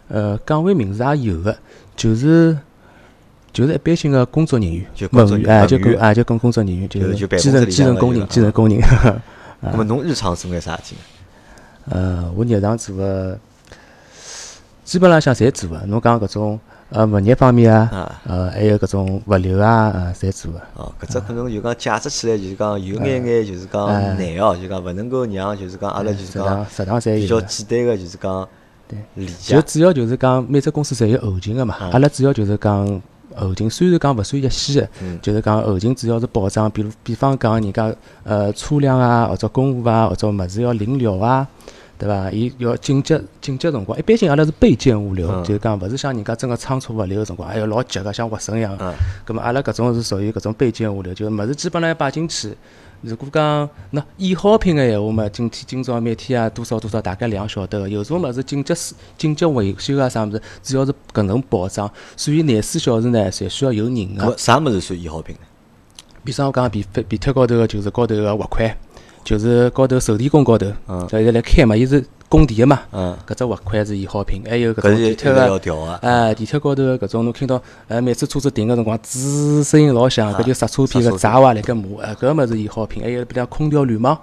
S2: 呃，岗位名字也有个，就是就是一般性个工作人员
S1: 就，工
S2: 文
S1: 作人
S2: 员
S1: 员
S2: 哎，就
S1: 文
S2: 工
S1: 员
S2: 哎就跟工作人员，
S1: 就是就办
S2: 基
S1: 公室
S2: 层
S1: 里
S2: 基
S1: 向
S2: 层
S1: 的
S2: 工
S1: 一
S2: 人，
S1: 个
S2: 基层
S1: 啊
S2: 工人。
S1: 咁么侬日常做眼啥事体呢？
S2: 呃，我日常做个，基本浪向侪做个。侬讲搿种呃物业方面啊
S1: 啊，
S2: 呃还有搿种物流啊，呃侪做个。
S1: 哦，搿只可能就讲解释起来，就是讲有眼眼，就是讲难哦，就讲勿能够让，就是讲阿拉就是
S2: 食堂
S1: 讲
S2: 食堂侪
S1: 比
S2: 有
S1: 较
S2: 个。
S1: 简单个，就是讲理
S2: 就
S1: 解。
S2: 主要就是讲每只公司侪有后勤个嘛，阿拉主要就是讲后勤，虽然讲勿算一线个，就是讲后勤主要是保障，比如比方讲人家呃车辆啊，或者公务啊，或者物事要领料啊。对伐？伊要紧急紧急辰光，一般性阿拉是备件物流，就是讲勿是像人家真个仓储物流个辰光，哎哟老急个，像活生一样
S1: 嗯
S2: 个。咁么阿拉搿种是属于搿种备件物流，就是物事基本上要摆进去。如果讲喏易耗品个闲话嘛，今天今朝每天啊多少多少，大概量晓得个。有种物事紧急事紧急维修啊啥物事，主要是搿能保障。所以廿四小时呢，侪需要有人
S1: 咁啊
S2: 啊个、
S1: 么啥物事算易耗品呢？
S2: 比方讲，比比铁高头个就是高头个滑块，就是高头手电工高头，
S1: 嗯
S2: 就现在来开嘛，伊是工地个嘛，
S1: 嗯
S2: 搿只滑块是易耗品，还有搿
S1: 搿是
S2: 种地铁
S1: 一定要
S2: 个
S1: 调啊个。
S2: 哎，地铁高头个搿种侬听到，呃，每次车子停个辰光，吱声音老响，搿就刹车
S1: 啊刹
S2: 片个
S1: 车片
S2: 闸瓦辣盖磨，哎，搿物事易耗品，还有比方空调滤网，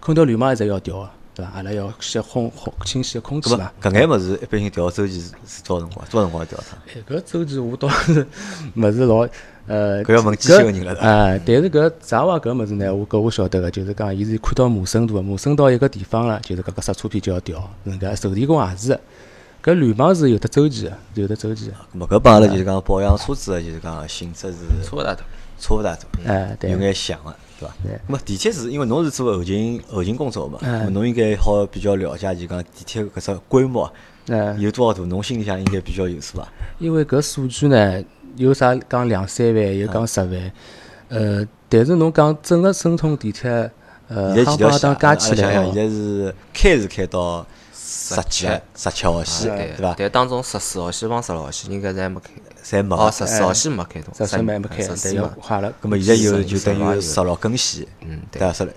S2: 空调滤网也侪要调个，啊对伐？阿拉要吸空空清新个空气
S1: 咁
S2: 嘛
S1: 么。搿眼物事一般性调周期是是多少辰光？多少辰光调啥？
S2: 哎，搿周期我倒是 物事老呃，
S1: 搿要问机械个人了
S2: 啊，但是搿闸瓦搿物事呢，我搿我晓得个，就是讲伊是看到磨深度个，磨深到一个地方了，就是搿个刹车片就要调，人家手电工也是个，搿滤网是有得周期个，是有得周期个。
S1: 咁么搿帮阿拉就是讲保养车子个，就是讲性质是
S3: 差勿大多。
S1: 差勿大多。嗯
S2: 哎，对
S1: 有。眼像个，对伐？
S2: 对嗯
S1: 那么地铁是因为侬是做后勤后勤工作的嘛，那么侬应该好比较了解，就讲地铁搿只规模啊
S2: 嗯
S1: 有多少大，侬心里向应该比较有数伐？
S2: 因为搿数据呢，有啥讲两三万，有讲十万，
S1: 嗯
S2: 呃，但是侬讲整个申通地铁，呃，
S1: 现在
S2: 夯
S1: 几条
S2: 帮
S1: 线啊？
S2: 当
S1: 阿
S2: 加
S1: 拉
S2: 起
S1: 想
S2: 来
S1: 想，
S2: 哦
S1: 现，在是开是开到十七
S3: 十七
S2: 嗯
S1: 十七号线，对伐？
S3: 但当中十四号线帮十六号线应该侪没开，
S1: 侪没
S3: 哦，
S1: 个。
S3: 十四号线没开通，
S2: 十四没没开，
S3: 十
S2: 但
S3: 四
S2: 伊
S3: 嘛，
S2: 坏了。
S1: 咁么现在有
S3: 十
S1: 就
S3: 十号
S1: 等于
S3: 有
S1: 十六根线，
S3: 嗯
S1: 对
S3: 对
S1: 伐？十六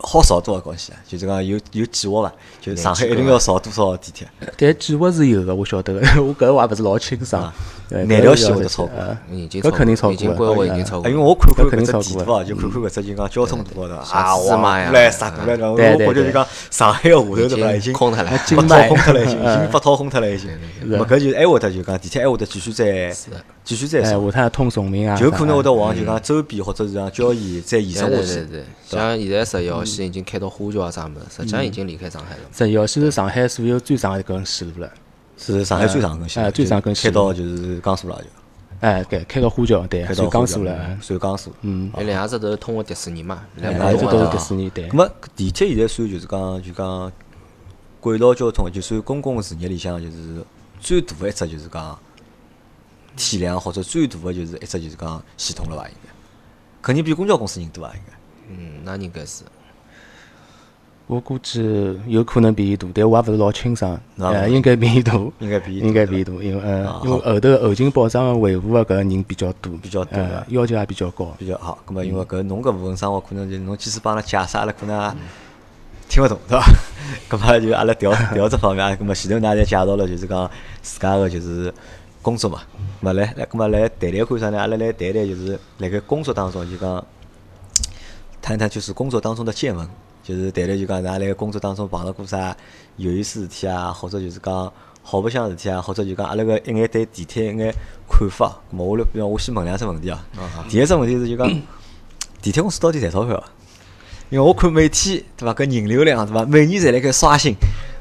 S1: 好造多少根线啊？就是讲有有计划伐？就上海一定要造多少地铁？
S2: 但计划是有个，我晓得个，我搿我也勿是老清爽
S1: 啊。
S2: 呃
S1: 哪
S2: 搿
S1: 条
S2: 个
S1: 线
S2: 要
S1: 会得
S2: 再
S1: 超
S2: 去
S1: 过
S2: 呃
S3: 已经
S2: 搿肯定超
S3: 已经规划已经
S2: 过。
S3: 超
S1: 啊
S3: 过，
S1: 因为我看看
S2: 搿
S1: 搿
S2: 肯定
S1: 只
S2: 超
S1: 地
S2: 过
S1: 图啊，就看看搿只就讲交通图高头
S3: 像
S1: 啊，
S3: 司马
S1: 哇，
S3: 呀
S1: 来杀过来啊了，我
S2: 对
S1: 我觉
S2: 对
S1: 着就
S2: 对
S1: 讲上海个
S3: 已
S1: 码头对伐？已
S3: 经
S1: 经
S3: 空脱了
S1: 被
S2: 经
S1: 掏
S2: 脉
S1: 空脱了，已经已
S2: 嗯
S1: 经被掏空脱了，已经。
S2: 对
S1: 咹搿就是还会得就讲地铁还会得继续再继续再
S2: 哎，
S1: 造，
S2: 下趟通崇明啊，
S1: 有可能会
S2: 啥
S1: 得往就讲周边或者是讲郊县再延伸下
S3: 对对
S1: 去
S3: 对。对，像现在十一号线已经开到花桥啊啥物事，实际上已经离开上海了。
S2: 十一号线是上海所有最长的一根线路了。
S1: 是上海最长根线
S2: 哎
S1: 路，
S2: 最长根
S1: 开
S2: 线
S1: 到就是江苏了，就
S2: 哎，对，开到花桥，对，
S1: 开
S2: 算
S1: 到
S2: 江
S1: 苏
S2: 苏了。
S1: 算江苏。嗯，
S3: 因为两样子都是通过迪士尼嘛，
S2: 哎
S3: 两
S2: 两
S1: 个
S2: 只
S1: 都
S2: 都是
S1: 啊
S2: 迪士尼对
S1: 那。么地铁现在算就是讲就讲轨道交通，就算公共事业里向就是最大的一只就是讲体量或者最大的就是一只就是讲系统了吧？应该肯定比公交公司人多啊，应该。
S3: 嗯，那应该是。
S2: 我估计有可能比伊大，但我也勿是老清爽。
S1: 那
S2: 呃，
S1: 勿
S2: 应该比伊大，
S1: 应该比伊大
S2: 应该比伊大，因为
S1: 啊
S2: 呃，因为后头后勤保障的维护的搿个人比较多，
S1: 比较多
S2: 呃
S1: 的，
S2: 要求也比较高。
S1: 比较好。咁么，因为搿侬搿部分生活可能就是侬即使帮阿拉解释，阿拉可能也听勿懂，对伐？ 咁么就阿拉调调这方面啊，咁么前头㑚侪介绍了，就是讲自家个就是工作嘛。咁么来来，咁么来谈谈看啥呢？阿拉来谈谈就是辣盖工作当中就讲谈谈就是工作当中的见闻，就是谈谈就讲㑚辣盖工作当中碰到过啥有意思事体啊，或者就是讲好白相事体啊，或者就讲阿拉个一眼对地铁一眼看法。咁啊么我来，比方我先问两只问题啊。第一只问题是就 讲地铁公司到底赚钞票伐？因为我看每天对伐，搿人流量啊对伐，每年侪辣盖刷新，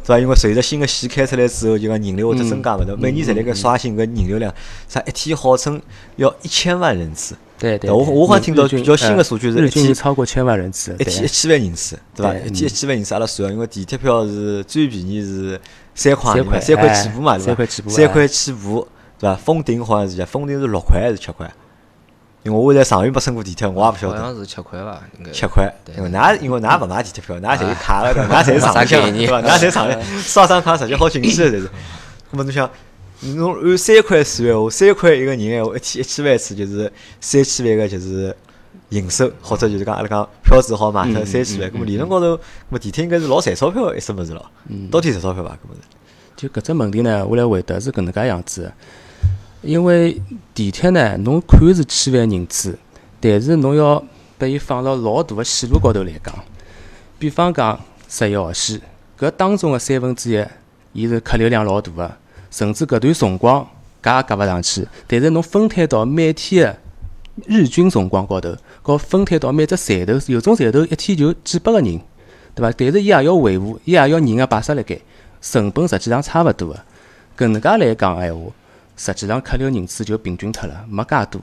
S1: 对伐？因为随着新个线开出来之后，就讲人流会得增加嘛，对
S2: 嗯
S1: 伐？每年侪辣盖刷新搿人流量，啥一天号称要一千万人次。
S2: 对
S1: 我
S2: 对
S1: 我好像听到
S2: 日均呃
S1: 比较新的数据是
S2: 日
S1: 一
S2: 均
S1: 天
S2: 是超过千万人次，
S1: 一
S2: 对
S1: 天一千万人次，对伐？
S2: 对嗯
S1: 一天一千万人次，阿拉算，因为地铁票是最便宜是三块钿嘛，三
S2: 三块
S1: 块起步嘛，
S2: 哎
S1: 对伐？
S2: 三块起步
S1: 三
S2: 哎
S1: 块起步，对伐？封顶好像是，封顶是六块还是七块？因为我在上海没乘过地铁，我也不晓
S3: 好
S1: 得。
S3: 像是七块伐，应该
S1: 七块，
S3: 对啊
S1: 因为㑚因为㑚勿买地铁票，㑚侪是卡个，对伐㑚 侪是上
S3: 啥
S1: 向
S3: 概
S1: 的，对
S3: 念
S1: 伐？㑚侪是上向，刷张卡直接好进去了，侪 是。那么侬想，侬按三块算闲话，三块一个人闲话，一天一千万次就是三千万个就是营收，或者就是讲阿拉讲票子好
S3: 嗯
S1: 卖脱三千万。那么理论高头，那么地铁应该是老赚钞票的一只物事咯，
S3: 嗯
S1: 到底赚钞票伐？搿物事
S2: 就搿只问题呢，我来回答是搿能介样子的。因为地铁呢，侬看是千万人次，但是侬要把伊放到老大个线路高头来讲，比方讲十一号线，搿当中个三分之一，伊是客流量老大个，甚至搿段辰光夹也夹勿上去。但是侬分摊到每天个日均辰光高头，和分摊到每只站头，有种站头一天就几百个人，对伐？但是伊也要维护，伊也要人个摆设辣盖，成本实际上差勿多个。搿能介来讲个闲话，实际上客流人次就平均脱了，没介多。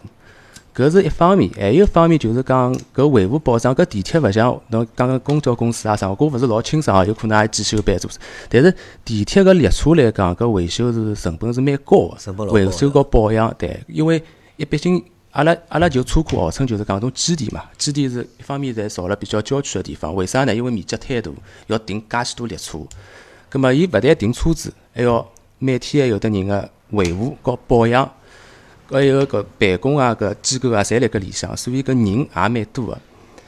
S2: 搿是一方面，还有一方面就是讲搿维护保障，搿地铁勿像侬讲个公交公司啊啥，我勿是老清爽啊，有可能也检修班做。但是地铁搿列车来讲，搿维修是成本是蛮高个，
S1: 成本老高
S2: 维修和保养对，因为一毕竟阿拉阿拉就车库号称就是讲种基地嘛，基地是一方面在造了比较郊区个地方，为啥呢？因为面积太大，要停介许多列车。葛末伊勿但停车子，还要每天还有得人个维护和保养，还有搿办公啊、搿机构啊，侪辣搿里向，所以搿人也蛮多个。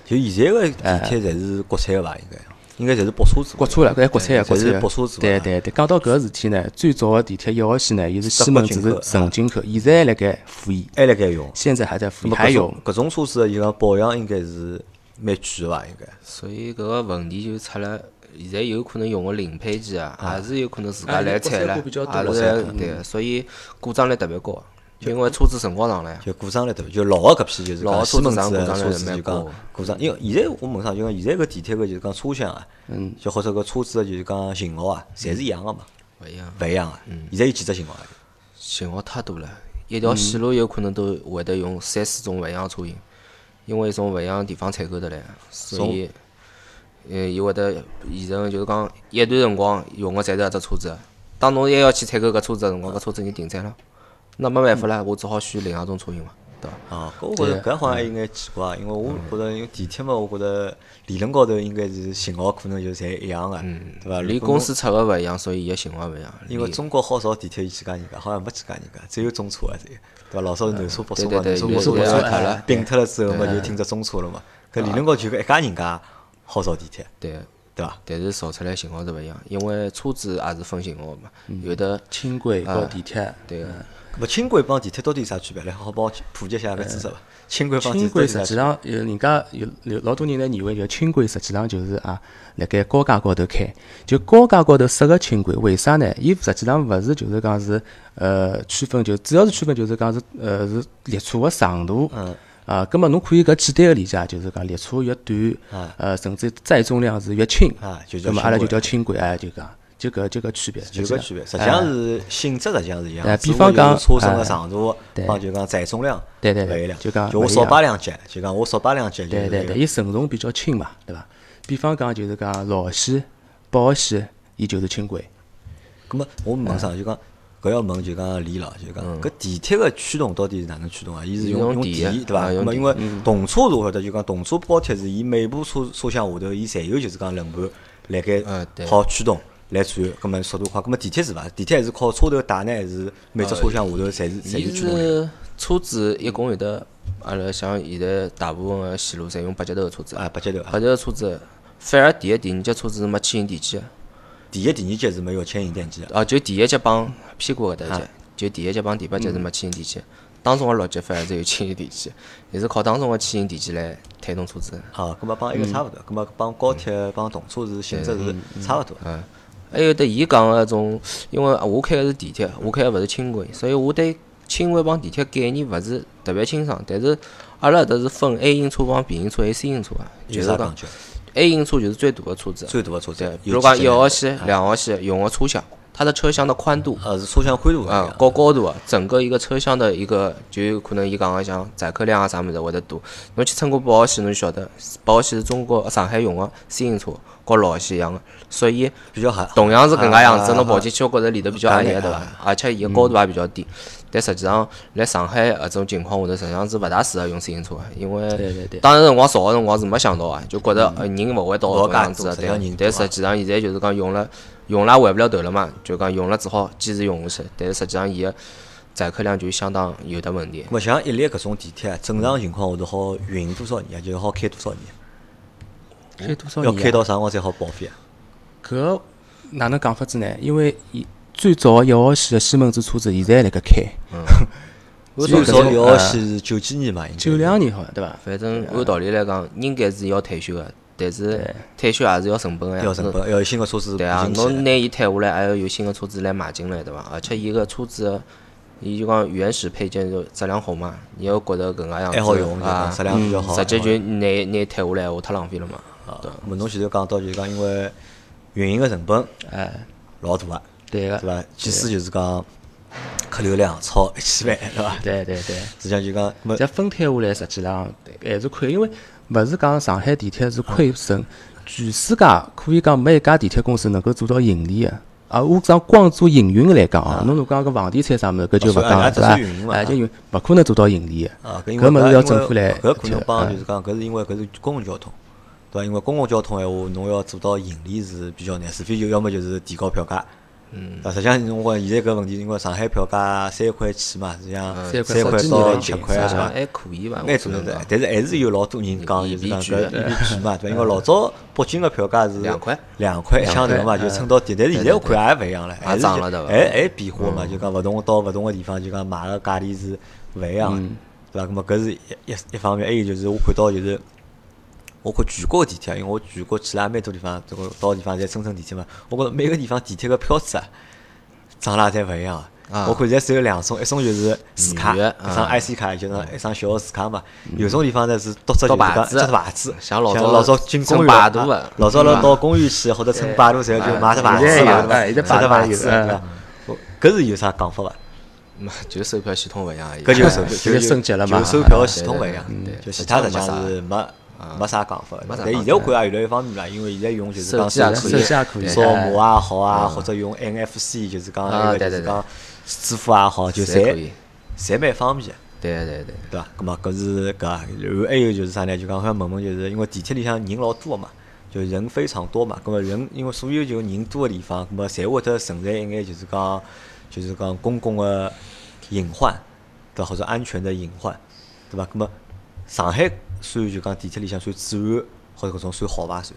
S1: 就现在个
S3: 哎
S1: 地铁侪是国产个伐？应该应该侪是拨车子。
S2: 国车了，搿还国产
S1: 对
S2: 个，
S1: 哎
S2: 国
S1: 侪是
S2: 产个
S1: 拨车子嘛
S2: 对对对，讲到搿个事体呢，最早个地铁一号线呢，伊是西门子
S1: 德国
S2: 是
S1: 进口
S2: 纯进口，现在还辣盖复议，
S1: 还辣盖用。
S2: 现在还在
S1: 那
S2: 复议，
S1: 么
S2: 还
S1: 搿
S2: 有
S1: 种搿种车子，就讲保养应该是蛮贵个伐？应该。
S3: 所以搿个问题就出了，现在有可能用个零配件啊，也是有可能自
S2: 啊
S3: 家来
S2: 国
S3: 拆
S2: 产
S3: 了，
S2: 货比较多嗯
S3: 也
S2: 国
S3: 是对，所以故障率特别高，因为车子辰光长了呀。
S1: 就故障率对伐？就老个搿批就是
S3: 老
S1: 讲
S3: 个
S1: 西门子
S3: 车子
S1: 的
S3: 上故障
S1: 车
S3: 率
S1: 子就讲
S3: 蛮高
S1: 故障，因为现在我问上就讲现在搿地铁个就是讲车厢啊，
S3: 嗯
S1: 就或者搿车子的就是讲型号啊，侪是一样个嘛，
S3: 勿一样，
S1: 勿一样个。
S3: 嗯
S1: 现在有几只型号啊？
S3: 型号太多了，一条线路有可能都会得用三四种勿一样的车型，因为从勿一样的地方采购得来，所以，呃，伊会得形成就是讲一段辰光用个侪是搿只车子，当侬还要去采购搿车子的辰光，搿车子已经停产了，那没办法了，我只好选另外一种车型嘛，对啊嗯伐？
S1: 哦，搿我觉着搿好像有眼奇怪，啊因为我觉着因为地铁嘛，我觉着理论高头应该是型号可能就侪一样个，对伐？
S3: 连
S1: 如果
S3: 嗯公
S1: 侬
S3: 司出个勿一样，所以伊个型号勿一样。
S1: 因为中国好少地铁有几家人家，好像没几家人家，只有中车啊，只有对伐？老早是南车北车嘛，
S3: 对
S1: 南
S3: 对
S1: 车
S3: 对
S1: 北车
S2: 南车北车
S1: 脱
S2: 哎
S1: 了，并脱了之后嘛，就听着中车了嘛。搿理论高头就搿一家人家好少地铁，
S3: 对，
S1: 对伐？
S3: 但是造出来型号是勿一样，因为车子也是分型号嘛，
S1: 嗯
S3: 有的
S2: 轻轨
S1: 啊
S2: 和地铁，
S3: 对啊个，
S1: 搿么轻轨帮地铁到底有啥区别？来，好好帮我普及一下搿知识伐？轻轨帮地铁
S2: 轻
S1: 到底
S2: 轨
S1: 有
S2: 实
S1: 啥
S2: 际
S1: 区
S2: 上有人家有有老多人来疑问，就轻轨实际上就是啊，辣盖高架高头开，就高架高头设个轻轨，为啥呢？伊实际上勿是就是讲是呃区分，就主要是区分就是讲是呃是列车个长度，
S1: 嗯
S2: 啊，葛么侬可以搿简单个理解，就是讲列车越短，呃甚至载重量是越轻，
S1: 啊就叫
S2: 葛么阿拉
S1: 轻轨
S2: 就叫轻轨，哎，就讲就搿就搿区别，
S1: 别？就搿区别，实际
S2: 哎
S1: 上是性质，实际上是一样
S2: 哎
S1: 的。
S2: 比方讲
S1: 只不过就是车身
S2: 哎
S1: 个长度
S2: 对
S1: 帮就讲载重量
S2: 对对对
S1: 勿一样，
S2: 就讲
S1: 就我
S2: 勿一
S1: 少
S2: 样
S1: 摆两节，就讲我少摆两节，就
S2: 对
S1: 是
S2: 对
S1: 那
S2: 对，
S1: 个
S2: 伊承重比较轻嘛，对伐？比方讲就是讲老线、北线，伊就是轻轨。
S1: 咁么我问啥？就讲搿要问就讲李老，就讲搿地铁个驱动到底是哪能驱动啊？伊是
S3: 伊
S1: 用
S3: 嗯用
S1: 用
S3: 电
S1: 电
S3: 的
S1: 对伐？
S3: 啊用
S1: 咁么
S3: 电
S1: 因为动车是我晓得，就讲动车高铁是伊每部车车厢下头，伊侪有就是讲轮盘辣
S3: 呃
S1: 盖
S3: 对
S1: 好驱动来转，咁么速度快。咁么地铁是伐？地铁还是靠车头带呢，还是每只车厢下头侪是侪
S3: 啊伊
S1: 有驱动的？
S3: 是车子一共有的，阿拉像现在大部分个线路侪用八节头个车子，
S1: 啊，八节头啊，
S3: 八节头车子，反而第一、第二节车子是没牵引电机的，
S1: 第一、第二节是没有牵引电机的。
S3: 哦，就第一节帮屁股搿搭
S1: 啊
S3: 一节，就第一节帮第八节
S1: 嗯
S3: 是没牵引电机，当中个六节反而是有牵引电机，也是靠当中个牵引电机来推动车子。
S1: 啊，咁么帮一个差勿多，咁么帮高铁帮动车是性质是差勿多。
S3: 嗯嗯，还有得伊讲个种，因为我开个是地铁，我开个勿是轻轨，所以我对轻轨帮地铁概念勿是特别清爽。但是阿拉搿搭是分 A 型车帮 B 型车、A、C 型车啊，就
S1: 有
S3: 是
S1: 啥
S3: 讲
S1: 讲究？
S3: A 型车就是最大个车子，
S1: 最大的车子
S3: 啊对，
S1: 有
S3: 比如
S1: 几啊
S3: 讲
S1: 节
S3: 一
S1: 呢
S3: 号线、两号线用个车厢，它的车厢的宽度
S1: 呃，是车厢宽度勿一
S3: 啊
S1: 样，
S3: 高高度啊，整个一个车厢的一个，就有可能伊讲个像载客量啊啥物事会得多。侬去乘过八号线，侬就晓得，八号线是中国上海用个 C 型车，和六号线一样个，所以
S1: 比较好。
S3: 同样是搿能介样子，
S1: 啊
S3: 侬跑进去我觉着里头比较压力个对伐？而且伊个高度也比较
S1: 嗯
S3: 低，但实际上来上海搿种情况下头，实际上是勿大适合用自行车个，因
S2: 对
S3: 为
S2: 对对
S3: 当时辰光造个辰光是没想到啊，就觉着呃人勿会到
S1: 嗯老
S3: 搿样
S1: 介多
S3: 子
S1: 实
S3: 个，
S1: 际上人
S3: 对。
S1: 多啊
S3: 但实际上现在就是讲用了用了也回勿了头了嘛，就讲用了只好坚持用下去，但是实际上伊个载客量就相当有得问题。
S1: 咁么像一列搿种地铁，啊正常情况下头好运多少年啊？就是好开多少年？
S2: 开多少
S1: 要
S2: 年？啊
S1: 开到啥辰光才好报废啊？
S2: 搿哪能讲法子呢？因为伊最早个一号线个西门子车子现在还辣盖开，
S1: 最
S3: 按道
S1: 少
S3: 理，
S1: 一号线是九几年嘛？应该
S2: 九两年好像对伐？
S3: 呃反正按道理来讲，应该是要退休个，但是退休也是要成本个呀，
S1: 要成本，要有新个车子
S3: 对啊，
S1: 引进
S3: 侬
S1: 来。
S3: 拿伊退下来，还要有新个车子来买进来，对伐？而且伊个车子的，伊就讲原始配件就质量好嘛，你要觉得搿能介样子
S1: 还好用，就
S3: 啊
S1: 讲，质量比较好。
S3: 直接就拿拿退下来，我太浪费了嘛。
S1: 啊。咁么侬前头讲到就是讲，因为运营个成本
S2: 哎，
S1: 老大个，啊
S2: 对啊
S1: 对
S2: 个，
S1: 伐？即使就是讲客流量超一千万，对伐？
S2: 对对对。
S1: 实际上就讲，咁么
S2: 这分摊下来，实际上还是亏，因为勿是讲上海地铁是亏损，全世界可以讲没一家地铁公司能够做到盈利的。啊，我讲光做营运来讲啊，侬如果讲个房地产啥物事，搿就勿
S1: 啊所以
S2: 讲
S1: 啊
S2: 了，
S1: 这
S2: 对
S1: 是运营嘛
S2: 伐？哎，就运勿可能做到盈利的。
S1: 啊，搿因为
S2: 搿物事要政府
S1: 因为
S2: 来啊
S1: 搿可能帮
S2: 就
S1: 就是讲，搿是因为搿是公共交通，对伐？因为公共交通闲话，侬要做到盈利是比较难，除非就要么就是提高票价。嗯，实际上侬讲现在搿问题，因为上海票价三块起嘛，实际上
S2: 嗯三
S1: 三块
S2: 块十几
S1: 到
S2: 年
S1: 七
S2: 前
S1: 块
S3: 实
S1: 啊
S3: 际
S1: 是
S3: 上
S1: 伐？
S3: 还可以伐？
S1: 蛮
S3: 我只
S1: 多
S3: 能
S1: 的
S3: 讲，
S1: 但是还是有老多人讲，就
S3: 一
S1: 是
S3: 比
S1: 讲
S3: 几
S1: 搿一
S3: 的
S1: 比几嘛，对伐？因为老早北京个票价是
S3: 两块
S1: 两块嗯一箱头嘛，就撑到底。但是现在我看也勿一样了，还嗯是
S3: 涨了对伐
S1: 还还变化嘛，就讲勿同到勿同个地方，就讲买个价钿是勿一样的，对伐？咁么搿是一一一方面，还有就是我看到就是。我看全国的地铁，啊因为我全国去了也蛮多地方，这个到地方侪乘乘地铁嘛。我觉着每个地方地铁个票子啊，涨了也侪勿一样啊。
S3: 啊
S1: 我看现在只有两种，一种就是磁卡，
S3: 预约
S1: 一张
S3: 啊
S1: IC 卡，就是那一张小个磁卡嘛。有种地方呢是到只就
S3: 到
S1: 是讲
S3: 牌子
S1: 只牌子，
S3: 像老
S1: 早
S3: 早
S1: 老进
S3: 乘
S1: 公园
S3: 摆渡
S1: 啊
S3: 的
S1: 老早了
S3: 嗯对吧哎
S1: 到公园去或者乘摆渡时候就买只牌
S2: 现
S1: 子
S2: 在
S1: 嘛，
S2: 有
S1: 对吧
S2: 哎现在
S1: 买只
S2: 摆
S1: 牌
S2: 渡有
S1: 子，
S3: 嗯
S1: 对吧？我搿是有啥讲 法伐？
S3: 嘛 就是售票系统勿一样而已。
S1: 搿就售票
S2: 现在升级了嘛
S1: 就售票系统勿一样
S3: 嗯，对啊
S1: 就其他实际上是没没啥讲法的。
S3: 没啥
S1: 但现在我看也越来越方便了，因为现在用就是讲
S3: 手机也
S1: 手
S3: 可以哎嗯
S1: 机
S2: 手机也
S1: 扫
S2: 可以
S1: 码也好啊，或者用 NFC 就是讲
S3: 啊
S1: 那个
S3: 对
S1: 就是
S3: 对对
S1: 讲支付也好，就
S3: 侪可
S1: 侪
S3: 以
S1: 侪蛮方便的。
S3: 对对对，
S1: 对伐？咁么搿是搿啊，然后还有就是啥呢？就讲好像问问，就是因为地铁里向人老多嘛，就人非常多嘛。咁么人因为所有就人多个地方，咁么侪会得存在一眼就是讲就是讲公共个隐患，对伐？或者安全的隐患，对伐？咁么上海算就讲地铁里向算治安或者搿种算好伐？算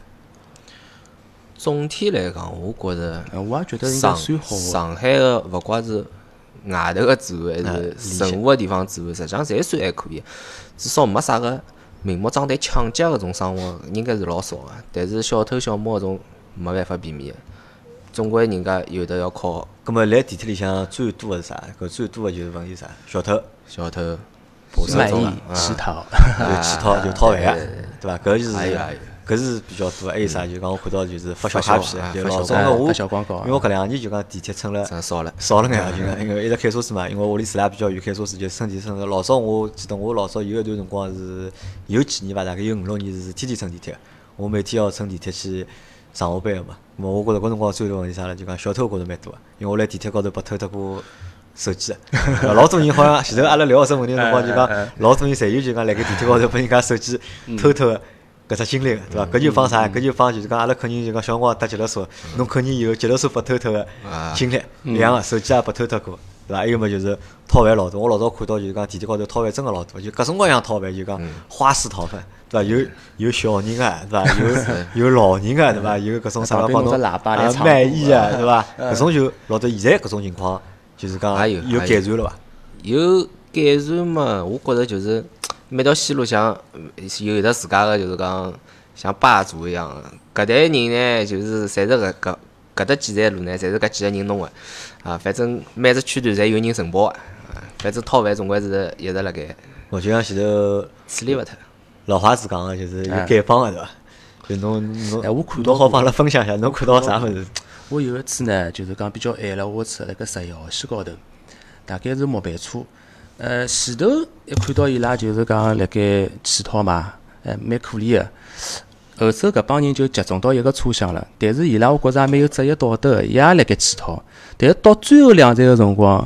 S3: 总体来讲，我觉着
S2: 呃我也觉得应该
S3: 上
S2: 算好啊的。
S3: 上海个勿怪是
S2: 哎
S3: 外头个治安，还是城下个地方治安，实际上侪算还可以，至少没啥个明目张胆抢劫搿种生活，应该是老少个。但是小偷小摸搿种没办法避免的，总归人家有的要靠
S1: 咁么来地铁里向最多个是啥？搿最多个就是问题啥？小偷。
S3: 小偷。啊
S2: 卖艺
S1: 啊
S2: 乞讨，
S1: 就乞讨就讨饭个，对伐？搿就是
S3: 哎呀哎呀
S1: 搿是比较多。还有啥？就讲我看到就是发小
S3: 发
S1: 卡
S3: 小
S1: 片
S3: 啊，
S1: 就
S3: 发
S1: 老
S3: 小
S1: 早
S2: 广告
S1: 我
S2: 发小广告啊
S1: 因为我搿两年就讲地铁乘了
S3: 真少了
S1: 少了眼啊，就讲因为一直开车子嘛，因为屋里住了比较远，开车子就乘地铁乘了。老早我记得我老早有一段辰光是有几年伐，大概有五六年是天天乘地铁，我每天要乘地铁去。上下班个嘛，咾么我觉着搿辰光最大问题啥呢？就讲小偷我觉着蛮多个，因为我辣地铁高头被偷得过手机个。老多人好 像前头阿拉聊搿只问题个辰光就
S2: 哎
S1: 讲，老多人侪有就讲辣盖地铁高头被人家手机
S2: 嗯
S1: 偷偷个搿只经历个，对伐？搿就帮啥？搿就帮就是讲阿拉肯定就讲小辰光搭极乐车，
S2: 嗯
S1: 侬肯定有极乐车被偷偷个
S2: 啊
S1: 经历，一样个，手机也被偷脱过，对伐？还有么就是讨饭老多，我老早看到就是讲地铁高头讨饭真个老多，就各种各样讨饭，就
S2: 嗯
S1: 讲花式讨饭。对伐？有有小人啊，对伐？ 有有老人啊，对伐？有搿种啥
S2: 旁
S1: 个
S2: 边
S1: 帮侬
S2: 弄只喇叭来
S1: 啊
S2: 唱
S1: 卖
S2: 歌
S1: 艺啊，对伐？
S2: 呃
S1: 搿种就老早现在搿种情况，就是讲
S3: 也有
S1: 有
S3: 也
S1: 改
S3: 有
S1: 善了伐？
S3: 有改善嘛？我觉着就是每条线路像有的自家个，就是讲像霸主一样啊的。搿代人呢，就是侪是搿搿搿搭几站路呢，侪是搿几个人弄个。啊，反正每只区段侪有人承包个。啊，反正讨饭总归是一直辣盖
S1: 我就像前头
S3: 处理勿脱。
S1: 老花子讲个，就是有丐帮个，对伐？就侬
S2: 啊哎
S1: 侬，
S2: 我看到
S1: 侬好帮阿拉分享一下，侬看到啥物事？
S2: 我有一次呢，就是讲比较晚了，我是辣盖十一号线高头，大概是末班车。呃，前头一看到伊拉就是讲辣盖乞讨嘛，哎，蛮可怜个。后头搿帮人就集中到一个车厢了，但是伊拉我觉着也蛮有职业道德个，伊也辣盖乞讨。但是到最后两站个辰光，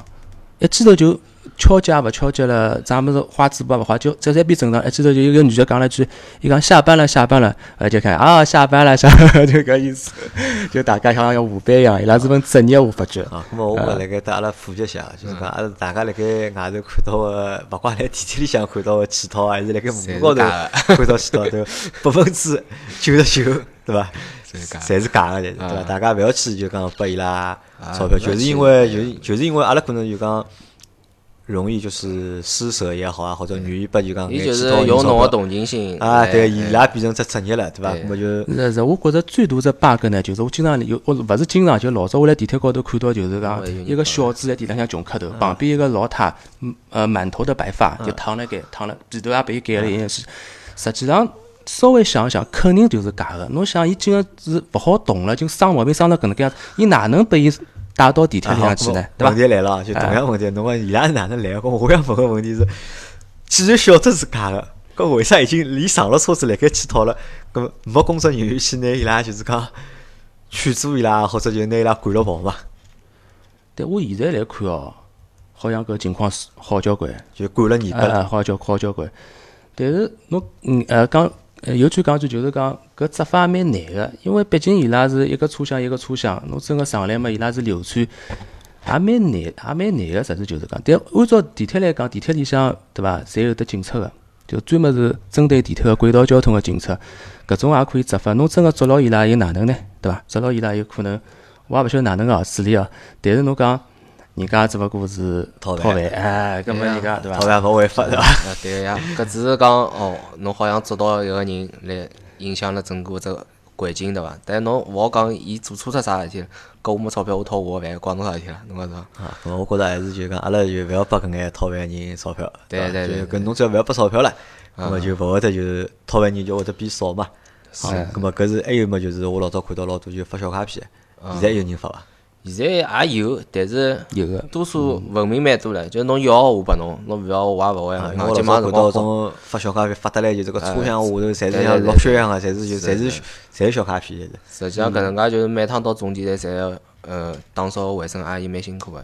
S2: 一记头就敲击也勿敲击了，啥物事花嘴巴勿花，就这三边正常。一记头就有一个女的讲了一句，伊讲下班了，下班了，呃，就看啊，下班了，下班了， 就搿意思，就大家像要下班一样，伊拉是份职业，我发觉。
S1: 啊，咁么我们辣盖搭阿拉普及一下，就是
S3: 嗯
S1: 讲阿拉大家辣盖外头看到个，勿管辣地铁里向看到个乞讨，还是辣盖马路高
S3: 侪是
S1: 头看到乞讨，对伐，百分之九十九，对伐？
S3: 是假的
S1: 侪是假个，对伐？
S3: 啊
S1: 大家勿要去就讲拨伊拉钞票，
S3: 啊
S1: 就是
S3: 勿要
S1: 因
S3: 去
S1: 为就是就是因为阿拉可能就讲容易就是施舍也好啊，或者愿意拨就讲
S3: 伊
S1: 搿
S3: 就
S1: 乞
S3: 是
S1: 讨人
S3: 用
S1: 钞
S3: 侬个
S1: 票
S3: 同情心哎
S1: 啊，
S3: 来
S1: 对，伊拉变成只职业了，对伐？
S3: 对
S1: 咁么就是
S2: 是，我觉着最大只 bug 呢，就是我经常有，我勿是经常，就老早我辣地铁高头看到，就是讲
S3: 哦有人
S2: 一个小子在地铁上穷磕头，旁边一个老太，嗯呃，满头的白发，就躺辣盖，躺了，皮头也被伊盖了一样是。实际上，稍微想想，肯定就是假的。侬想，伊竟然是勿好动了，就生毛病生到搿能介样子，伊哪能被伊带到地铁
S1: 啊
S2: 里
S1: 好
S2: 向去呢
S1: 我？
S2: 对哎伐
S1: 问？题来了啊，就同样问题，侬讲伊拉是哪能来的？搿我要问个问题是，既然小偷是假的，搿为啥已经连上了车子辣盖乞讨了？搿没工作人员去拿伊拉，就是讲驱逐伊拉，或者就拿伊拉赶了跑嘛？
S2: 但我现在来看哦，好像搿情况是好交关。
S1: 就赶了你
S2: 啊
S1: 拨了。
S2: 啊，好交好交关。但是侬嗯呃讲呃有句讲句就是讲搿执法也蛮难个，因为毕竟伊拉是一个车厢一个车厢，侬真个上来嘛，伊拉是流窜，也蛮难也蛮难个，实质就是讲。但按照地铁来讲，地铁里向对伐，侪有得警察个。就专门是针对地铁个轨道交通个警察，搿种也可以执法。侬真个捉牢伊拉又哪能呢？对伐？捉牢伊拉有可能，我也勿晓得哪能个处理哦。但是侬讲，人家只勿过是
S1: 讨饭
S2: 饭，哎，搿么人家对伐？
S1: 好像没办法对伐？
S3: 啊，对呀，搿只是讲哦，侬好像捉到一个人来影响了整个只环境，对伐？但侬勿好讲伊做错脱啥事体了，搿我没钞票，我讨我个饭，关侬啥事体了？侬讲是伐？
S1: 啊，咾我觉着还是就讲，阿拉就勿要拨搿眼讨饭人钞票，
S3: 对
S1: 伐？
S3: 对
S1: 就
S3: 对啊
S1: 搿侬只要勿要拨钞票了，那么就勿会得就是讨饭人就会得变少啊
S3: 啊
S1: 嘛。是，那么搿是还有么？就是我老早看到老多就发小卡片，现在有人发伐？
S3: 现在也有，但是
S2: 有个
S3: 多数文明蛮多了，就是侬要学把侬，侬勿要学我也勿会。
S1: 嗯啊，因为
S3: 硬
S1: 我
S3: 劲
S1: 老
S3: 嘛
S1: 早看
S3: 辰光
S1: 到
S3: 好哎
S1: 种发小卡片发得来，就是个车厢下头，侪
S3: 对
S1: 是像
S3: 对
S1: 落
S3: 对
S1: 雪一样个，侪是就侪是侪是小卡片，
S3: 实际上
S1: 嗯
S3: 搿能介就是每趟到总点站，侪呃打扫卫生阿姨蛮辛苦个，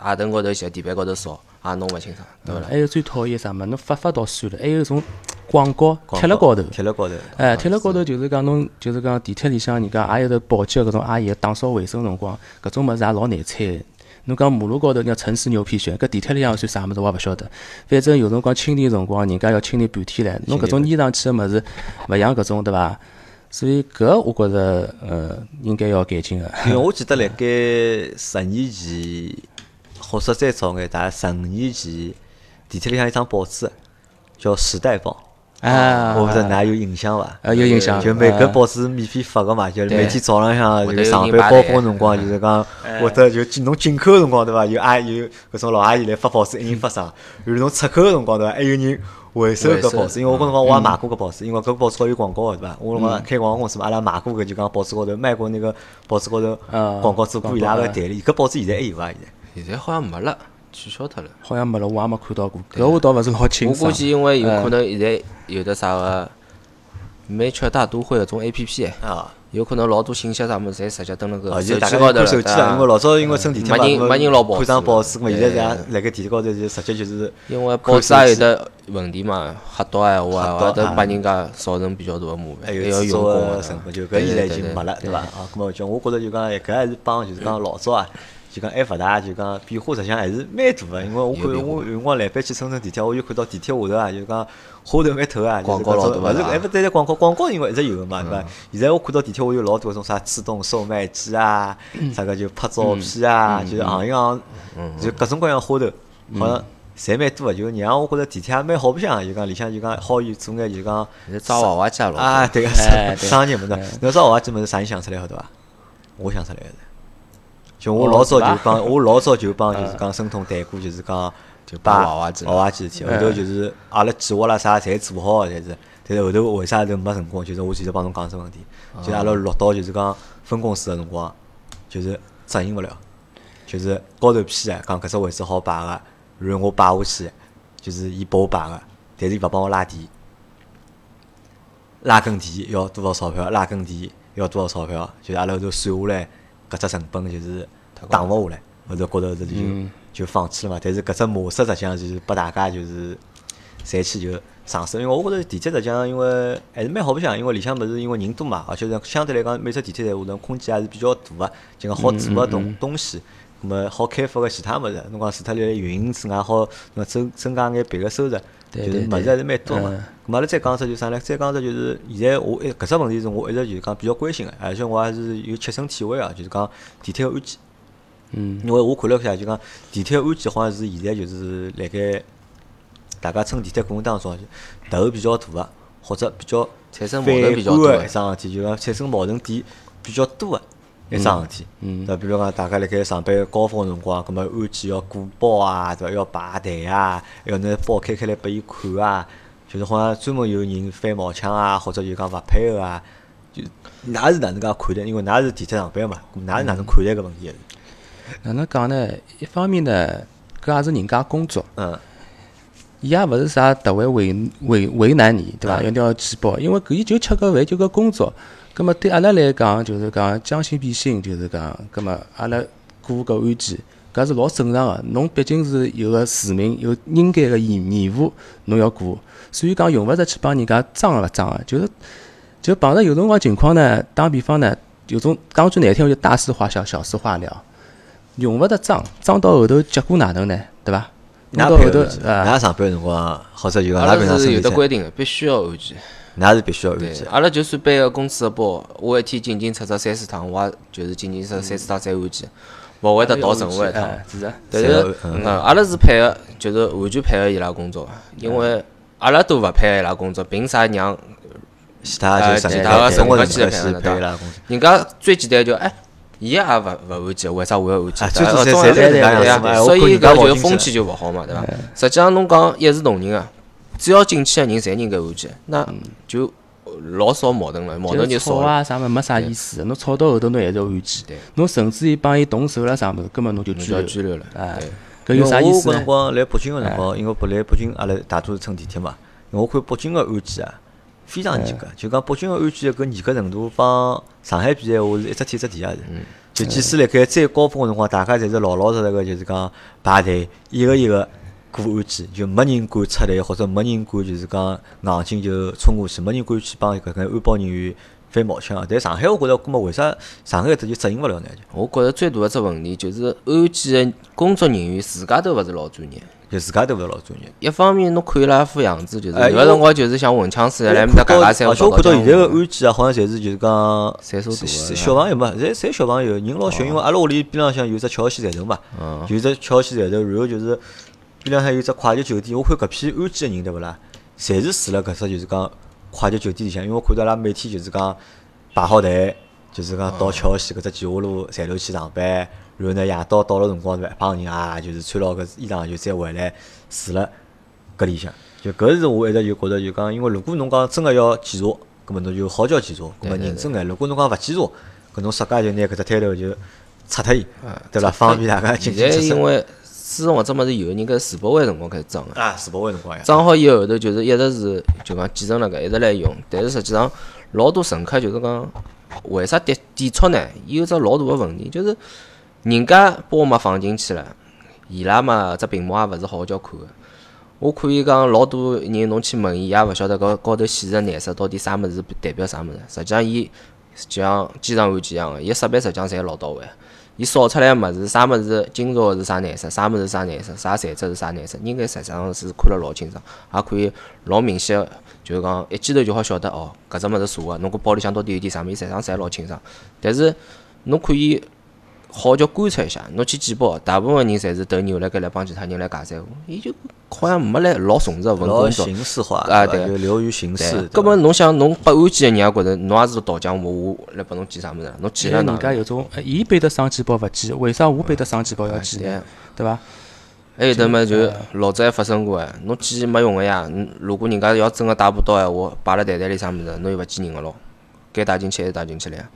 S3: 阿凳高头洗，地板高头扫，也弄勿清爽，
S1: 嗯
S3: 对伐？
S2: 还有最讨厌啥么？侬发发倒算了，还有种广告
S1: 广
S2: 贴了
S1: 告
S2: 高头，
S1: 贴了高头，
S2: 哎，贴了高头就是讲侬，就是讲地铁里向人家也有得保洁搿种阿姨打扫卫生辰光，搿种物事也老难猜。侬讲马路高头人家城市牛皮癣，搿地铁里向算啥物事我也勿晓得。反正有辰光清理辰光，人家要清理半天唻。侬搿种粘上去个物事，勿像搿种对伐？所以搿我觉着呃应该要改进个。
S1: 因为我记得辣盖十年前，或者再早眼，大概十五年前，地铁里向有一张报纸叫《时代报》
S2: 啊
S1: 我勿知道㑚有印象伐？
S2: 啊有印象
S1: 就每
S2: 啊
S1: 搿报纸免费发个嘛，就是
S3: 对
S1: 每天早浪向
S3: 会
S1: 就
S3: 得有
S1: 是上
S3: 人
S1: 班
S3: 排
S1: 高
S3: 队
S1: 峰辰光，就是讲
S2: 哎
S1: 或者就进侬进口个辰光对伐？有阿姨有搿种老阿姨来发报纸，一人发张；有侬出口个辰光对伐？还有人回收
S3: 回收
S1: 搿报纸，因为我搿辰光我
S3: 嗯
S1: 也买过搿报纸，因为搿报纸高头有广告个对伐？我搿辰光开广告公司嘛，阿拉买过搿就讲报纸高头卖过那个报纸高头
S2: 啊
S1: 广告做过伊拉个代理，搿报纸现在还有伐？现在？
S3: 现在好像没了，取消脱了。
S2: 好像没了，我也没看到过。搿我倒勿是老清
S3: 我
S2: 爽。
S3: 估计因为有可
S1: 嗯
S3: 能现在有的啥个美雀大都会搿种 A P P，
S1: 啊，
S3: 有可能老多信息啥物事侪直接登了个
S1: 而且
S3: 手机
S1: 哦大家
S3: 高
S1: 看
S3: 头了。
S1: 手机
S3: 对
S1: 了，
S3: 伐
S1: 因为老早因为乘地铁嘛，
S3: 没人没人捞报
S1: 看张
S3: 纸
S1: 报纸嘛，现在
S3: 对
S1: 也辣盖地铁高头就直接就是
S3: 哎因为
S1: 看手
S3: 报纸也有
S1: 机
S3: 得问题嘛，黑到闲话啊，
S1: 黑
S3: 或
S1: 到
S3: 者
S1: 啊
S3: 把人家造成比较大的麻烦，
S1: 还
S3: 还
S1: 有
S3: 要
S1: 制
S3: 用
S1: 作
S3: 工啊
S1: 个成本，就搿
S3: 对
S1: 现在已
S3: 对
S1: 经
S3: 对
S1: 没了，对伐？啊，搿么就我觉着就讲，哎搿还是帮就是讲老早啊，就讲还勿大，就讲变化实际上还是蛮大个。因为我看
S3: 变化
S1: 我有辰光来班去乘乘地铁，我就看到地铁下头啊，就讲花头蛮透啊，就是
S3: 广告
S1: 搿
S3: 老
S1: 种
S3: 多嗯
S1: 勿是
S3: 了啊
S1: 还勿单单广告，广告因为一直有个嘛，对伐？现在我看到地铁下有老多搿种啥自动售卖机啊，啥个就拍照片啊，
S3: 嗯
S1: 就是行业行，就各种各样花头，好像。侪蛮多个，就让我觉着地铁也蛮好白相的，就讲里向就讲好有做眼就讲
S3: 现在抓娃娃机也老多
S1: 啊，对个，商
S2: 哎对
S1: 商业门道。侬说娃娃机么是啥人想出来好对伐？我想出来个是，就我老早就帮，我老早就帮就是讲申通谈过，就是讲就把
S3: 帮娃娃机
S1: 娃娃机事体，后头就是阿拉计划啦啥侪做好个，侪是，但是后头为啥头没成功？就是我前头帮侬讲只问题，就是阿拉落到就是讲分公司个辰光，就是执行勿了。就是高头批的，讲搿只位置好摆个，然后我摆下去，就是伊拨我摆个，但是伊勿帮我拉地，拉耕地要多少钞票，拉耕地要多少钞票，就是阿拉后头算下来，搿只成本就是打勿下来，后头高头这就
S2: 嗯
S1: 就放弃了嘛。但是搿只模式实际上就是拨大家就是侪去就尝试，因为我觉着地铁实际上因为还是蛮好白相，因为里向物事因为人多嘛，而且是相对来讲每只地铁站下头空间还是比较大个，就讲好做个
S2: 嗯
S1: 东东西，咁么好开发个其他物事。侬讲除脱辣运营之外，好那增增加眼别个收入，就
S2: 对
S1: 是
S2: 对
S1: 物
S2: 对
S1: 事还是蛮多嘛
S2: 嗯。
S1: 咁阿拉再讲只就是啥呢？再讲只就是现在我一搿只问题是我一直就是讲比较关心个，而且我也是有切身体会啊，就是讲地铁个安检。
S2: 嗯，
S1: 因为我看了一下，就讲地铁安检好像是现在就是辣盖大家乘地铁过程当中啊头比较大个，或者比较
S3: 产生矛盾比较
S1: 反
S3: 多啊
S1: 感
S3: 的
S1: 的一桩事体，就讲产生矛盾点比较多个一桩事体。嗯，对吧，比如讲大家辣盖上班高峰个辰光，葛末安检要过包啊，对伐？要排队啊，要拿包开开来拨伊看啊，就是好像专门有人翻毛腔啊，或者就讲勿配合啊。就㑚是哪能介看待？因为㑚是地铁上班嘛，咁㑚是哪能看待搿问题的？
S2: 哪能讲呢？一方面呢，搿也是人家工作。
S1: 嗯。
S2: 伊也勿是啥特为为为为难你，对伐？一定要举报，因为搿伊就吃搿饭，就搿工作。葛末对阿拉来讲，就是讲将心比心，就是讲，葛末阿拉过搿安检，搿是老正常个。侬毕竟是有个市民，有应该个义义务，侬要过。所以讲用勿着去帮人家装勿装个，就是就碰着有辰光情况呢，打比方呢，有种讲句难听，就大事化小，小事化了，用勿着装，装到后头结果哪能呢？对伐？弄
S1: 㑚
S2: 到
S1: 配
S2: 后
S1: 合
S2: 头
S1: 安检
S2: 啊。
S1: 㑚上班个辰光，或者就讲
S3: 阿
S1: 㑚
S3: 拉
S1: 平常
S3: 是有
S1: 身
S3: 的
S1: 体
S3: 规定的，必须要安检。
S1: 㑚是必须要安
S3: 对
S1: 检，。
S3: 阿拉就算背个公司个包，我一天进进出出三四趟，我也就是进进出出三四趟才安检，勿会得倒乘务一趟。
S2: 哎，是啊，
S3: 但
S1: 侪要
S3: 是，
S1: 嗯
S3: 嗯，阿拉是配合，就是完全配合伊拉工作，因为阿拉都勿配合伊拉工作，凭啥让
S1: 其他啊就
S3: 哎
S1: 是
S3: 其
S1: 乘
S3: 他
S1: 客，
S3: 的
S1: 中国
S3: 乘客
S1: 乘
S3: 基
S1: 客
S3: 本
S1: 是
S3: 上
S1: 配
S3: 都
S1: 伊拉公司。
S3: 人家最简单就哎，伊也勿勿安检，为啥我要安检？
S1: 啊最
S3: 哎
S1: 多
S3: 中
S1: 侪侪
S3: 国人
S1: 是
S3: 对
S1: 搿样
S3: 呀
S1: 子嘛哎
S3: 所
S1: 我看
S3: 以
S1: 人家
S3: 搿
S1: 跑进
S3: 就
S1: 去
S3: 风气就勿好嘛，对伐？
S1: 哎嗯
S3: 实际上侬讲一视同仁啊，只要进去个人侪应该安检，那就老少矛盾了，矛
S2: 就
S3: 盾
S2: 是
S3: 就
S2: 吵
S3: 少了。
S2: 啊啥物事没啥意思，侬吵到后头侬还是要还击
S3: 对，
S2: 侬甚至于帮伊动手了啥物事，根本侬就
S3: 侬
S2: 拘
S3: 就要
S2: 留。
S3: 拘留了
S2: 哎
S3: 对，
S2: 搿有啥意
S1: 因为
S2: 思
S1: 我搿辰
S2: 呢？哎
S1: 光来北京个辰光，因为不来北京，阿拉大多是乘地铁嘛。因为我看北京个安检啊，非常严格，
S2: 哎
S1: 就讲北京个安检搿严格程度，帮上海比闲话是一只天一只地啊是。
S2: 嗯
S1: 就即使辣盖最高峰个辰光，大家侪是老老实实个，就是讲排队，一个一个过安检，就没人敢出来，或者没人敢就是讲硬劲就冲过去，没人敢去帮搿个安保人员翻毛腔。但上海我觉着，搿么为啥上海搿搭就执行勿了呢？就
S3: 我觉着最大的只问题就是安检的工作人员自家都勿是老专业。
S1: 就自家都勿是老专业。
S3: 一方面，侬看伊拉副样子，就是
S1: 哎
S3: 有的辰光就是像混腔似的，来面搭
S1: 我看
S3: 嘎
S1: 到
S3: 嘎三
S1: 而
S3: 胡
S1: 且我
S3: 搞
S1: 看
S3: 搞
S1: 到
S3: 江
S1: 现在个
S3: 湖。
S1: 安检啊，好像侪是就是讲
S3: 岁数大的
S1: 小
S3: 是吧
S1: 小朋友嘛，侪侪小朋友，人老小，因为阿拉屋里边浪向有只乔西站头嘛，有只乔西站头，然后就是边浪向有只快捷酒店，我看搿批安检个人对勿啦，侪是住辣搿只就是讲快捷酒店里向，因为我看到阿拉每天就是讲排好队，就是讲到乔西搿只几号路站头去上班，然后呢夜到到了辰光对伐，一帮人啊就是穿牢搿衣裳就再回来住了。搿里向。就搿是我一直就觉着就讲，因为如果侬讲真个要检查，搿么侬就好叫检查，搿么认真眼。如果侬讲勿检查，搿侬自家就拿搿只摊头就拆脱伊，对伐？方便大家进
S3: 啊
S1: 进
S3: 现在
S1: 出
S3: 因
S1: 出。
S3: 为自从搿只物事有，人家世博会辰光开始装个，
S1: 啊，世博会辰光呀，
S3: 装好以后后头就是一直是就讲继承了搿，一直来用。但是实际上，老多乘客就是讲，为啥抵抵触呢？伊有只老大个问题，就是人家把我们放进去了，伊拉嘛只屏幕也勿是好叫看个。我可以讲，老多人侬去问伊，伊也勿晓得高高头显示个颜色到底啥物事代表啥物事。实际上，伊就像机场安检一样个，伊设备实际上侪老到位。伊扫出来个物事，啥物事今朝是啥颜色，啥物事啥颜色，啥材质是啥颜色，人家实际上是看了老清爽，也可以老明显，就是讲一记头就好晓得哦，搿只物事啥个，侬搿包里向到底有点啥物事，实际上侪老清爽。但是侬可以好叫观察一下，侬去简报，大部分人侪是斗牛辣盖来帮其他人来尬三胡，伊就好像没来老重视个份
S1: 老
S3: 工作。
S1: 形式化
S3: 啊
S1: 对伐
S3: 对
S1: 就流于形式。
S3: 根
S1: 对伐
S3: 本侬想侬拨安检个人也觉着侬也是倒浆糊，我来拨侬记啥物事啊，侬记
S2: 其实
S3: 了哪
S2: 人家
S3: 能？
S2: 有种，呃伊背得上肩包勿记，为啥我背得上肩包要记呢？对伐？
S3: 还有得么，就是老早还发生过哎，侬记没用个呀。嗯如果人家要真个带不到闲话，摆辣袋袋里啥物事，侬又勿记人个咯。该带进去还是带进去了呀，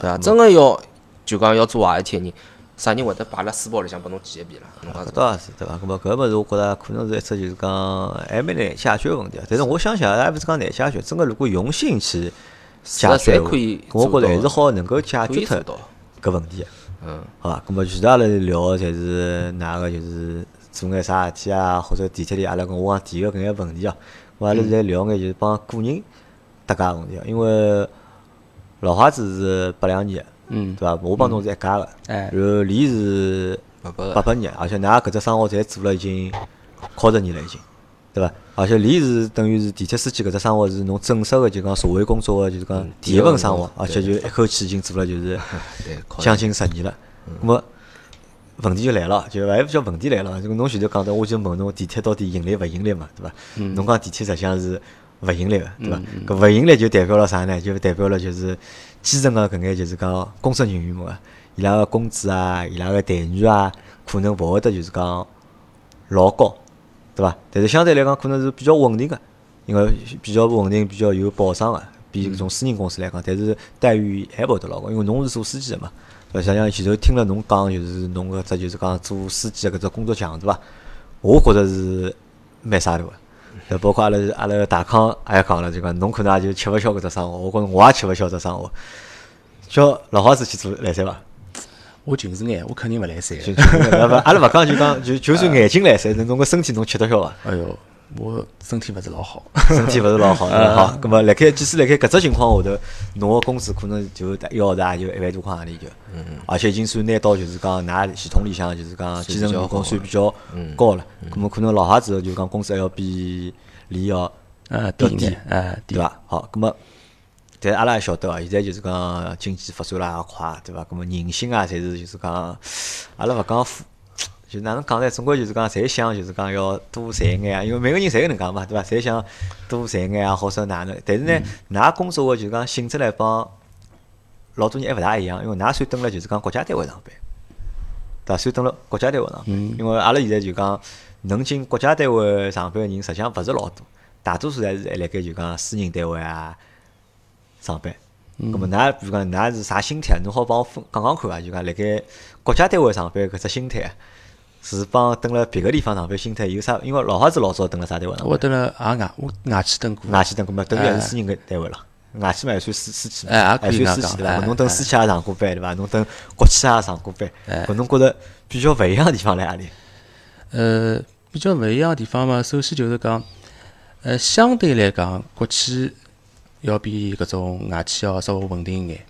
S3: 对伐？真个要就讲要做坏事体个人，啥人会得摆辣书包里向拨侬记一遍啦？侬讲
S1: 搿
S3: 是伐？
S1: 倒也是对伐？搿么搿物事我觉着可能是一只就是讲还蛮难解决个问题啊。但是我想想，也勿是讲难解决，真个如果用心去解决
S3: 是啊侪可以
S1: 的话，我觉
S3: 做
S1: 着
S3: 到
S1: 还是好能够解
S3: 可
S1: 决
S3: 以
S1: 脱
S3: 做到。
S1: 搿问题的。啊
S3: 嗯，
S1: 好吧，咁么其他阿拉聊个侪是哪个就是做眼啥事体啊，或者地铁里阿拉跟我讲提个搿眼问题哦，我阿拉现在聊眼就是帮个人搭界个问题哦，因为老花子是八两年，嗯，对伐？我帮侬是一家个，
S2: 哎
S1: 然后你是
S3: 八八个
S1: 八八年，而且㑚搿只生活侪做了已经靠十年了已经，对伐？而且你是等于是地铁司机搿只生活是侬正式个就讲社会工作个就是讲嗯第一份生活，而且就一口气已经做了就是。
S3: 对，靠
S1: 将近十嗯年了。那么问题就来了，就还不叫问题来了。就侬前头讲到，我就问侬地铁到底盈利勿盈利嘛，对伐？侬讲地铁实际上是勿盈利个，对伐？搿勿盈利就代表了啥呢？就代表了就是基层个搿眼就是讲工作人员们啊，伊拉个工资啊，伊拉个待遇啊，可能勿会得就是讲老高，对伐？但是相对来讲，可能是比较稳定个，因为比较稳定、比较有保障个，比搿种私人公司来讲，但是待遇还勿会得老高，因为侬是做司机个嘛。对伐？想想前头听了侬讲，就是侬搿只就是讲做司机个搿只工作强度伐？我觉着是蛮啥头个。对，包括阿拉阿拉大康也讲了，就讲侬可能也就吃勿消搿只生活，我觉着我也吃勿消搿只生活。叫老好子去做来塞伐？
S2: 我近视眼，我肯定勿来三
S1: 就 就勿阿拉勿讲就讲就就算眼睛来塞，侬个身体侬吃得消伐？
S2: 哎哟，我身体勿是老好。
S1: 身体勿是老好，对伐好，咁么辣盖即使辣盖搿只情况下头，侬个工资可能就要大就一万多块行钿就，而且已经算拿到就是讲㑚系统里向就是讲基层员工嗯算比较嗯高了，咁么可能老瞎子就讲工资还要比里要
S2: 呃，
S1: 要
S2: 低
S1: 低
S2: 眼，呃，低
S1: 对伐？好，咁么。但阿拉也晓得啊，现在就是讲经济发展了也快，对伐？咁么人心啊，侪是就是讲，阿拉勿讲富，就哪能讲呢？总归就是讲，侪想就是讲要多赚眼啊，因为每个人侪搿能讲嘛，对伐？侪想多赚眼啊，或者哪能？但是呢，㑚工作个就是讲性质来帮老多人还勿大一样，因为㑚算蹲辣就是讲国家单位上班，对伐？算蹲辣国家单位上班，因为阿拉现在就讲能进国家单位上班个人，实际上勿是老多，大多数侪是还辣盖就讲私人单位啊。上班。咁么，㑚比如讲，㑚是啥心态？侬好帮我分讲讲看啊伐？就讲辣盖国家单位上班搿只心态，啊是帮蹲辣别个地方上班心态有啥？因为老早子老早蹲辣啥单位上
S2: 我
S1: 班？
S2: 蹲了也外我外企蹲过，
S1: 外企蹲过嘛，等于还是私人个单位了。外企嘛，也算私私企嘛，
S2: 哎哎也可以
S1: 算私
S2: 搿样
S1: 企对伐？
S2: 讲
S1: 侬蹲
S2: 哎
S1: 私企也上过班对伐？侬蹲国企也上过班，搿侬觉着比较勿一样个地方辣何里？
S2: 呃，比较勿一样个地方嘛，首先就是讲，呃，相对来讲，国企要比搿种外企要稍微稳定一眼。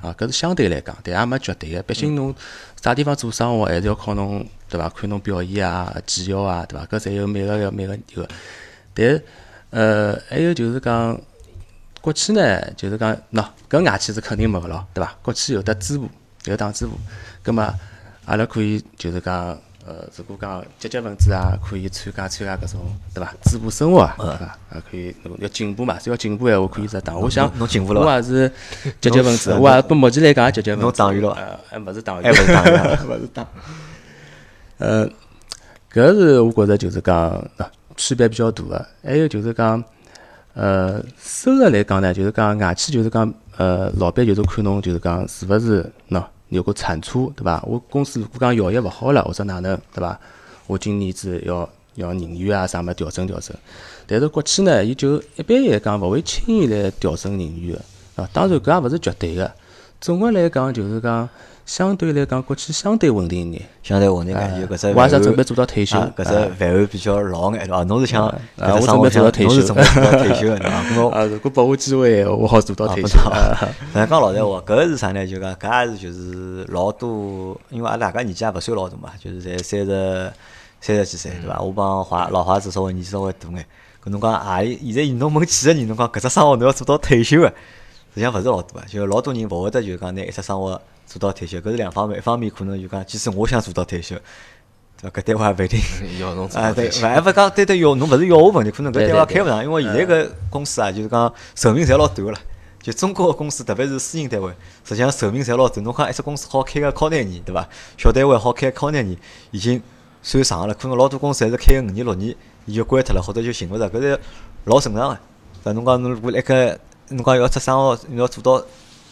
S2: 啊，搿是相对来讲，但也没绝对个。毕竟侬啥地方做生活，还是要靠侬，对伐？看侬表现啊、绩效啊，对伐？搿侪有每个要每个有个。但呃，还有就是讲，国企呢，就是讲，喏，搿外企是肯定没个咯，对伐？国企有得支部，有党支部，葛末阿拉可以就是讲，呃，如果讲积极分子啊，可以参加参加搿种，对伐？支部生活啊，
S1: 嗯
S2: 对伐？啊，可以侬要进步嘛，只要进步闲话，可以入党。我想
S1: 侬，侬进步了伐
S2: 我也是积极分子，
S1: 侬
S2: 我也不目前来讲也积极分子。
S1: 侬党员了伐
S2: 呃，还勿是党
S1: 还
S2: 员
S1: 勿，是党 员？
S2: 勿是党。呃，搿是我觉着就是讲啊区别比较大个，还有就是讲，呃，收入来讲呢，就是讲外企就是讲，呃，老板就是看侬就是讲是勿是喏有个产出对伐？我公司如果讲效益勿好了，或者哪能对伐？我今年子要要人员啊啥么调整调整。但是国企呢，伊就一般来讲勿会轻易来调整人员个啊。当然搿也勿是绝对个，总个来讲就是讲相对来讲国企相对稳定一眼。
S1: 相对稳定感觉搿只
S2: 哎我也
S1: 饭
S2: 想
S1: 碗
S2: 准备做到退休
S1: 啊搿只饭碗比较老眼对伐？侬是想
S2: 啊
S1: 搿只生
S2: 我准
S1: 活
S2: 备做到
S1: 想
S2: 退
S1: 侬是
S2: 休
S1: 准备做到退休个对伐？ 咾么
S2: 啊，如果拨我机会，我好做到退
S1: 不
S2: 休
S1: 错。
S2: 啊。
S1: 咱讲老实话，搿是啥呢？就讲搿也是就是老多，因为阿拉大家年纪也勿算老大嘛，就是才三十三十几岁对伐？
S3: 嗯
S1: 我帮华老华子稍微年纪稍微大眼。搿侬讲啊，现在侬问几个人，侬讲搿只生活侬要做到退休个，实际上勿是老多啊，就老多人勿会得就讲拿一只生活做到退休，搿是两方面，一方面可能就讲，即使我想做到退休，对伐？搿单位也勿一定。
S3: 要侬做
S1: 啊，
S3: 到
S1: 对，
S3: 退
S1: 勿
S3: 休
S1: 还勿讲对对要侬勿是要我问题，可能搿
S2: 对
S1: 单
S2: 对
S1: 位
S2: 对嗯
S1: 开勿上，因为现在搿公司啊，就是讲寿命侪老短个了。就中国个公司，特别是私人单位，实际上寿命侪老短。侬看一只公司好开个靠廿年，对伐？小单位好开靠廿年，已经算长个了。可能老多公司还是开个五年六年，伊就关脱了，或者就寻勿着，搿是老正常个。对伐，侬讲侬如果辣盖，侬讲要出生活，侬要做到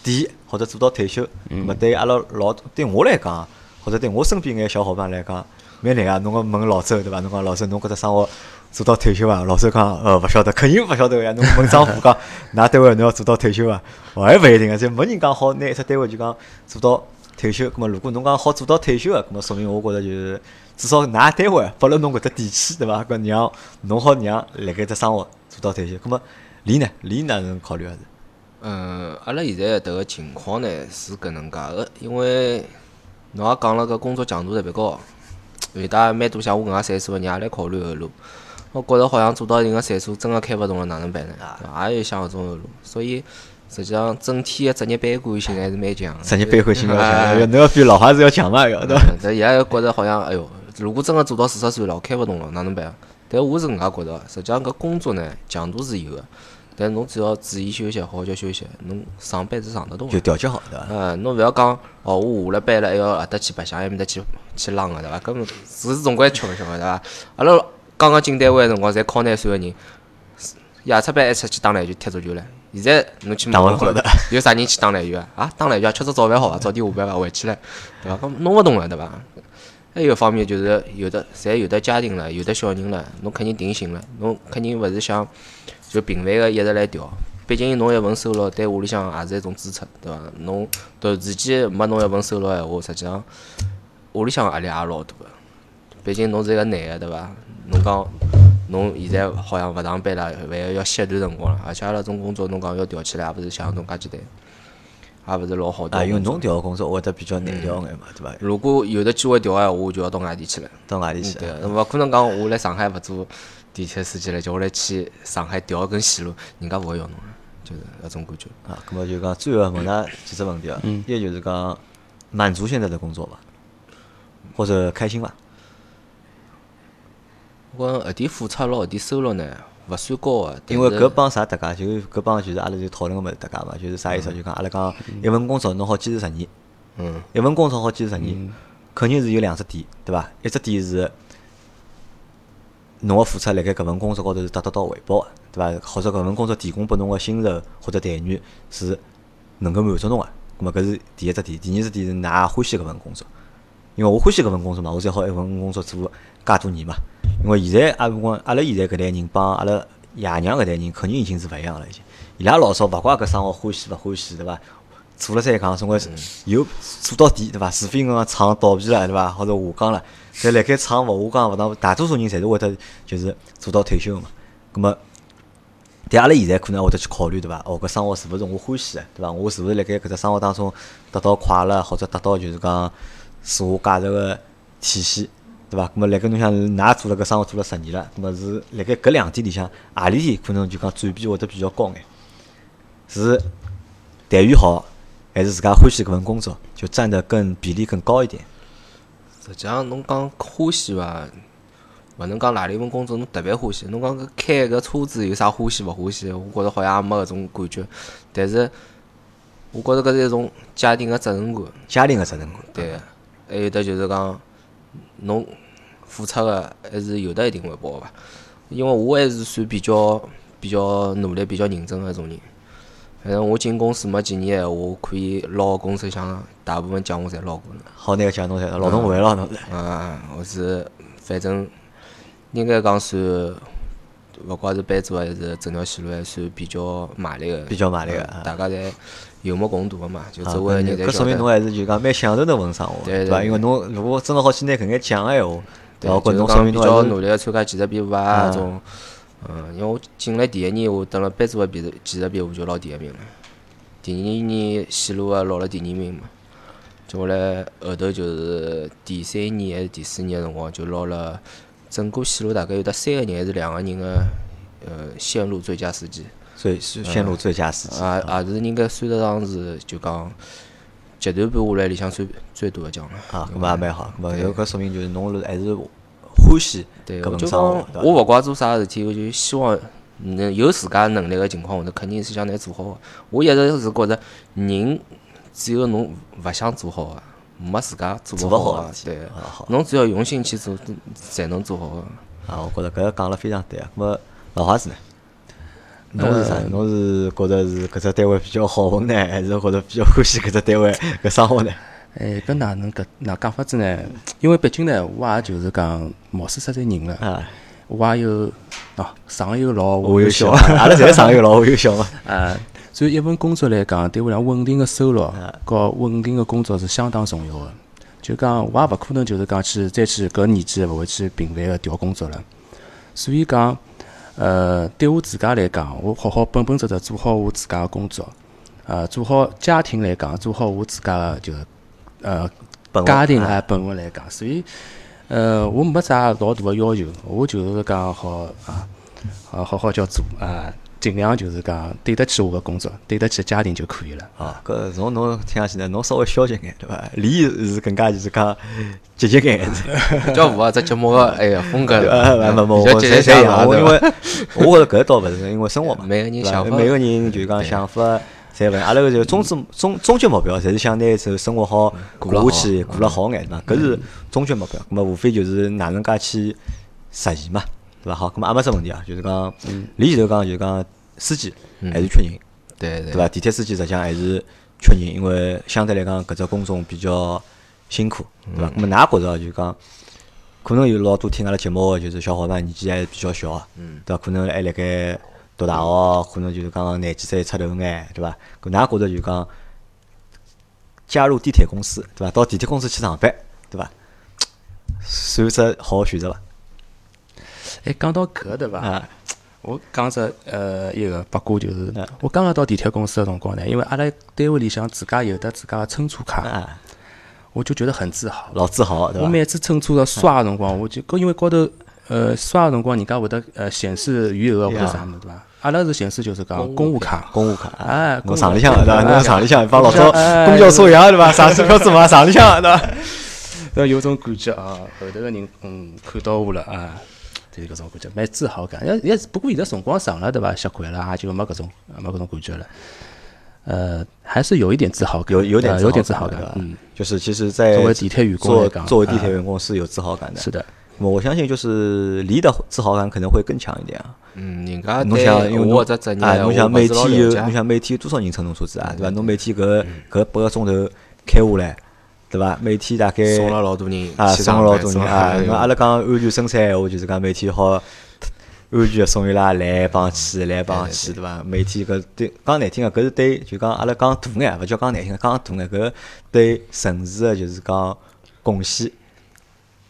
S1: 底或者做到退休，那么对于阿拉老对我来讲，或者对我身边眼小伙伴来讲，蛮难啊。侬讲问老周对伐？侬讲老周，侬觉着生活做到退休伐？老周讲呃勿晓得，肯定勿晓得个呀。侬问张虎讲，㑚单位侬要做到退休伐？哦，还勿一定啊，就没人讲好拿一只单位就讲做到退休。咁么如果侬讲好做到退休个，咁么说明我觉着就是至少㑚单位拨了侬搿只底气对伐？搿让侬好让辣盖只生活做到退休。咁么李呢？李哪能考虑个啊是？
S3: 嗯，阿拉现在迭个情况呢是搿能介个，因为侬也讲了搿工作强度特别高，有搭蛮多像我搿能介岁数个人也来考虑后路。我觉着好像做到一定个岁数，真个开勿动了，哪能办呢？也有像搿种后路，所以实际上整体个职业悲观性还是蛮强的。
S1: 职业悲观性要
S3: 哎
S1: 强，要侬要比老汉子要强嘛，哎要对伐？
S3: 嗯但现在觉着好像，哎哟，如果真个做到四十岁了，开勿动了，哪能办啊？但我是搿能介觉着，实际上搿工作呢强度是有个，但侬只要注意休息，好好叫休息，侬上班是上得动
S1: 就
S3: 个。
S1: 调节好对伐？
S3: 嗯，侬勿要讲哦，我下了班了还要阿搭去白相，埃面搭去去浪个对伐？根本是总归吃勿消个对伐？阿拉刚刚进单位个辰光，侪靠廿岁个人，夜出班还出去打篮球、踢足球唻。现在侬去
S1: 打
S3: 问
S1: 不
S3: 看
S1: 过的
S3: 有啥人去打篮球啊？啊，打篮球啊，吃只早饭好伐？早点下班伐？回去唻，对伐？搿弄勿动了对伐？还有一方面就是有的，侪有的家庭了，有的小人了，侬肯定定型了，侬肯定勿是想就频繁个一直来调。毕竟侬一份收入对屋里向也是一种支出，对伐？侬突然之间没侬一份收入个闲话，实际上屋里向压力也老大个。毕竟侬是一个男个，对伐？侬讲侬现在好像勿上班了，万一要歇一段辰光了，而且阿拉种工作侬讲要调起来，也勿是像侬介简单，也勿是老好调
S1: 啊，
S3: 工作。
S1: 因为侬调个工作会得比较难调
S3: 嗯
S1: 眼嘛，对伐？
S3: 如果有的机会调个闲话，我就要到外地去了。
S1: 到外地
S3: 嗯
S1: 去，
S3: 对个，勿可能讲我来上海勿做地铁司机了，叫我来去上海调一根线路，人家勿会要侬个，就是搿种感觉。
S1: 啊，咁么就讲最后问㑚几只问题啊，
S3: 嗯
S1: 一就是讲满足现在的工作伐，或者开心伐？
S3: 我讲搿点付出咯，搿点收入呢，勿算高个，但
S1: 因为
S3: 是
S1: 搿帮啥搭界，就是搿帮就是阿拉就讨论个物事搭界嘛，就是啥意思啊？就讲阿拉讲一份工作侬好坚持十年，
S3: 嗯
S1: 一份工作好坚持十年，肯定是有两只点，对伐？一只点是侬个付出辣盖搿份工作高头是得得到回报个，对伐？或者搿份工作提供拨侬个薪酬或者待遇是能够满足侬个。咁么搿是第一只点，第二只点是㑚也欢喜搿份工作，因为我欢喜搿份工作嘛，我才好一份工作做介多年嘛。因为现在阿拉讲，阿拉现在搿代人帮阿拉爷娘搿代人肯定已经是勿一样了，已经。伊拉老早勿怪搿生活欢喜勿欢喜，对伐？做了再讲，总归是有做到底，对伐？除非讲厂倒闭了，对伐？或者下岗了，但辣盖厂勿下岗勿当，大多数人侪是会得就是做到退休嘛。葛么，但阿拉现在可能会得去考虑，对伐？哦，搿生活是勿是我欢喜个，对伐？我是勿是辣盖搿只生活当中得到快乐，或者得到就是讲自我价值个体现，对伐？葛么辣盖侬想，㑚做了搿生活做了十年了，葛么是辣盖搿两点里向，何里点可能就讲转变会得比较高眼？是待遇好，还是自家欢喜搿份工作，就占得更比例更高一点。
S3: 实际上，侬讲欢喜伐，勿能讲哪里一份工作侬特别欢喜。侬讲搿开搿车子有啥欢喜勿欢喜？我觉着好像也没搿种感觉。但是，我觉着搿是一种家庭个责任感。
S1: 家庭个责任感，
S3: 对，还有得就是讲，侬付出个还是有得一定回报个吧。因为我还是算比较比较努力、比较认真个一种人。反正我进公司没几年闲话，我可以捞个工资箱，大部分奖我侪捞过了。
S1: 好那个讲侬侪劳动回来了侬是。
S3: 啊，我是反正应该讲算，勿管是班主还是整条线路，还算比较卖力个，
S1: 比较卖力个啊
S3: 嗯大家侪有目共睹个嘛，就
S1: 啊
S3: 周围个人侪
S1: 搿
S3: 晓
S1: 说明侬
S3: 得。
S1: 还是就讲蛮享受那份生活，
S3: 对对
S1: 伐？
S3: 对
S1: 因为侬如果真的好去拿搿眼奖个闲话，
S3: 对，
S1: 伐？我觉
S3: 就
S1: 着侬说明
S3: 是讲比
S1: 侬
S3: 较
S1: 还是
S3: 努力个参加技术比武啊，搿种，嗯，因为我进来第一年，我登了班主个比赛技术比武就拿第一名了，第二年线路个拿了第二名嘛，接下来后头就是第三年还是第四年个辰光就拿了整个线路大概有得三个人还是两个人个呃线路最佳司机，
S1: 最
S3: 嗯
S1: 线路最佳司机。
S3: 啊也是应该算得上是就讲集团班下来里向最最多个奖了。
S1: 啊，搿么也蛮好，搿么有搿说明就是侬还是欢喜
S3: 对，
S1: 搿
S3: 我
S1: 份
S3: 就
S1: 生
S3: 讲
S1: 活，对伐？
S3: 我勿怪做啥事体，我就希望能有自家能力个情况下头，肯定是想拿做好个。我一直是觉着人只有侬勿想做好个，没自家做
S1: 做
S3: 勿
S1: 勿好
S3: 好
S1: 的
S3: 个
S1: 事。体
S3: 对
S1: 啊好，
S3: 侬只要用心去做，才能做好个。
S1: 啊，我觉着搿讲了非常对啊。咁么老花子呢？侬是啥？侬是觉着是搿只单位比较好混呢，还是觉着比较欢喜搿只单位搿生活呢？
S2: 哎，搿哪能搿哪讲法子呢？因为毕竟呢，我也就是讲毛四十岁人了，
S1: 啊，
S2: 我也有喏上有 老，
S1: 我
S2: 有
S1: 有小，啊阿拉侪上有 老，我有小嘛。
S2: 啊，所以一份工作来讲，对我来讲，稳定的收入
S1: 啊
S2: 和稳定的工作是相当重要的。就讲我也勿可能就是讲去再去搿年纪勿会去频繁的调工作了。所以讲，呃，对我自家来讲，我好好本本职职做好我自家的工作，呃，做好家庭来讲，做好我自家的就是呃
S1: 本行
S2: 家庭啊本分来讲，所以呃，我没啥老大的要求，我就是讲好啊，好好好叫做啊，尽量就是讲对得起我的工作，对得起家庭就可以了。
S1: 啊，搿从侬听上去呢，侬稍微消极眼对伐？理是更加就是讲积极 眼，
S3: 比较符合这节目个哎呀 风格
S1: 对伐？
S3: 了，
S1: 没没，
S3: 比
S1: 我
S3: 较积极
S1: 侪
S3: 向
S1: 一
S3: 上
S1: 样，我因
S3: 啊对
S1: 为
S3: 伐？
S1: 我觉着搿倒勿是因为生活嘛，
S3: 每个人
S1: 对伐
S3: 想法
S1: 每个人就是讲想法侪勿一样。阿拉搿就终极终终极目标，侪是想拿这生活好
S3: 嗯
S1: 过下去，过了好眼嘛，搿是终极目标。咁么无非就是哪能介去实现嘛，对伐？好，咁么也没只问题啊，就是讲，
S3: 嗯
S1: 你前头讲就是讲司机还是缺人。
S3: 对
S1: 对
S3: 对
S1: 伐？地铁司机实际上还是缺人，因为相对来讲搿只工种比较辛苦，对伐？那么㑚觉着就讲，可能有老多听阿拉节目个就是小伙伴年纪还是比较小个，对伐？可能还辣盖读大学，啊可能就是讲廿几岁出头眼，对伐？搿㑚觉着就讲加入地铁公司，对伐？到地铁公司去上班，对伐？算只好个选择伐？
S2: 哎，讲到搿对伐？
S1: 啊，
S2: 我讲只呃一个八卦，就是
S1: 嗯
S2: 我刚刚到地铁公司的辰光呢，因为阿拉单位里向自家有的自家的乘车卡，
S1: 啊，
S2: 我就觉得很自豪。
S1: 老自豪，对
S2: 我
S1: 伐？
S2: 每次乘车要刷个辰光，我就搿因为高头呃刷个辰光，人家会得呃显示余额或者啥物事对伐？阿拉是显示就是讲公务卡，
S1: 公务卡，
S2: 哎
S1: 侬
S2: 公务
S1: 厂里
S2: 卡
S1: 向对伐？
S2: 哎
S1: 侬厂里向帮老早
S2: 哎
S1: 公交车一样对伐？ 啥车票子嘛，厂里向对伐？
S2: 呃有种感觉啊，后头个人嗯看到我了啊，就是搿种感觉，蛮自豪感。也也不过现在辰光长了对伐？习惯了也就没搿种没搿种感觉了。呃，还是有一点自豪感，
S1: 有有点
S2: 呃有点自
S1: 自
S2: 豪
S1: 豪
S2: 感
S1: 感，，
S2: 嗯，
S1: 就是其实，在
S2: 作为地铁员工来
S1: 做
S2: 讲
S1: 作为地铁员工是有自豪感的。
S2: 哎是的，
S1: 那么我相信就是离的自豪感可能会更强一点啊。
S3: 嗯，人家
S1: 侬想，
S3: 对
S1: 因为
S3: 我
S1: 侬
S3: 这职业，
S1: 哎，侬
S3: 我
S1: 想
S3: 不
S1: 每
S3: 是老
S1: 天有，
S3: 了
S1: 侬
S3: 解。嗯
S1: 想每天有多少人乘侬车子啊，对伐？侬每天搿搿八个钟头开下来，对伐？每天大概
S3: 送了老多人，
S1: 啊，
S3: 去
S1: 送了
S3: 上
S1: 老
S3: 班
S1: 多人
S3: 送了
S1: 啊。
S3: 哎
S1: 那
S3: 呦
S1: 阿拉讲安全生产闲话，就是讲每天好安全个送伊拉来一帮去，来一帮去，对伐？每天搿对讲难听个，搿是对就讲阿拉讲大眼，勿叫讲难听，讲大眼搿对城市个就是讲贡献。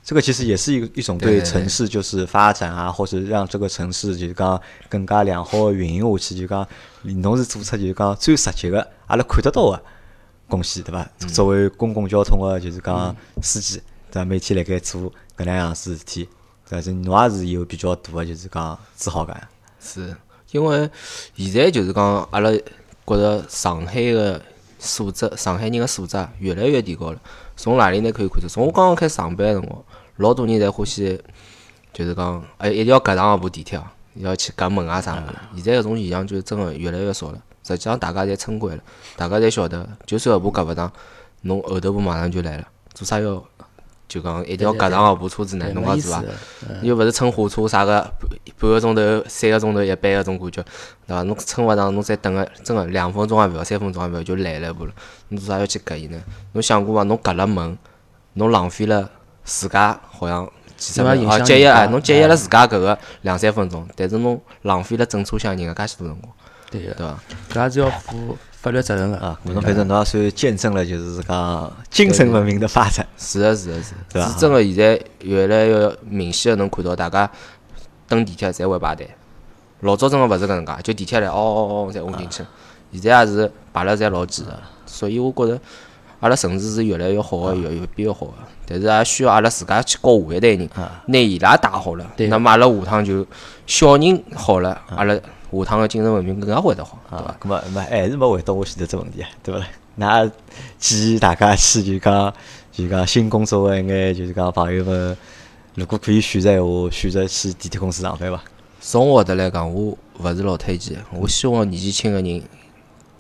S1: 这个其实也是一一种
S3: 对
S1: 对
S3: 对对
S1: 城市就是发展啊，或者让这个城市就是讲更加良好的运营下去，就讲侬是做出就是讲最实际的，阿拉看得到的贡献，对伐？作为公共交通的，就是讲司机，对伐？每天辣盖做搿能样子事体，但是侬也是有比较大的就是讲自豪感。
S3: 是因为现在就是讲，阿拉觉着上海个素质，上海人个素质啊越来越提高了。从哪里呢可以看出？从我刚刚开始上班个辰光，老多人侪欢喜，就是讲，哎，一定要赶上一部地铁啊，要去赶门啊啥物事。现在搿种现象就真个越来越少了。实际上，大家侪撑惯了，大家侪晓得，就算搿部赶勿上，侬后头部马上就来了，做啥要就讲一定要
S2: 对对
S3: 赶
S2: 对
S3: 上搿部车子呢？
S2: 对
S3: 侬
S2: 没
S3: 讲
S2: 意
S3: 是伐
S2: 思？
S3: 又勿是乘火车啥个半半个钟头、三个钟头一班搿种感觉，对伐？侬乘勿上，侬再等个，真个两分钟也勿要，三分钟也勿要就来了一步了。侬做啥要去搿伊呢？侬想过伐？侬搿了门，侬浪费了自家好像几十
S2: 对伐
S3: 分
S2: 影
S3: 啊，
S2: 响
S3: 节约
S2: 人家哎
S3: 啊，侬节约了自家搿个两三分钟，但是侬浪费了整车厢人家介许多辰光，
S2: 对
S3: 对
S2: 个，
S3: 伐？
S2: 搿也是要负法律责任个。
S1: 啊，侬反正侬也算见证了，就是讲精神文明的发展。
S3: 是的，是的，是
S1: 对
S3: 的，
S1: 吧
S3: 是真个现在越来越明显个能看到，大家等地铁侪会排队。老早真个勿是搿能介，就地铁来，嗷嗷嗷侪轰进
S1: 啊
S3: 去。现在也是排了侪老挤个，所以我觉着阿拉城市是越来越好
S1: 啊
S3: 个，越越变越好个。但是也需要阿拉自家去教下一代人，
S1: 啊
S3: 拿伊拉带好了，
S2: 对
S3: 那么阿拉下趟就小人好了，阿拉下趟个精神文明更加会得好，对伐
S1: 啊啊？，咁么没还是没回答我前头只问题啊，对勿啦？那建议大家去就讲就讲新工作的一眼就是讲朋友们，如果可以选择闲话，选择去地铁公司上班伐？
S3: 从我的来讲，我勿是老推荐。我希望年纪轻个人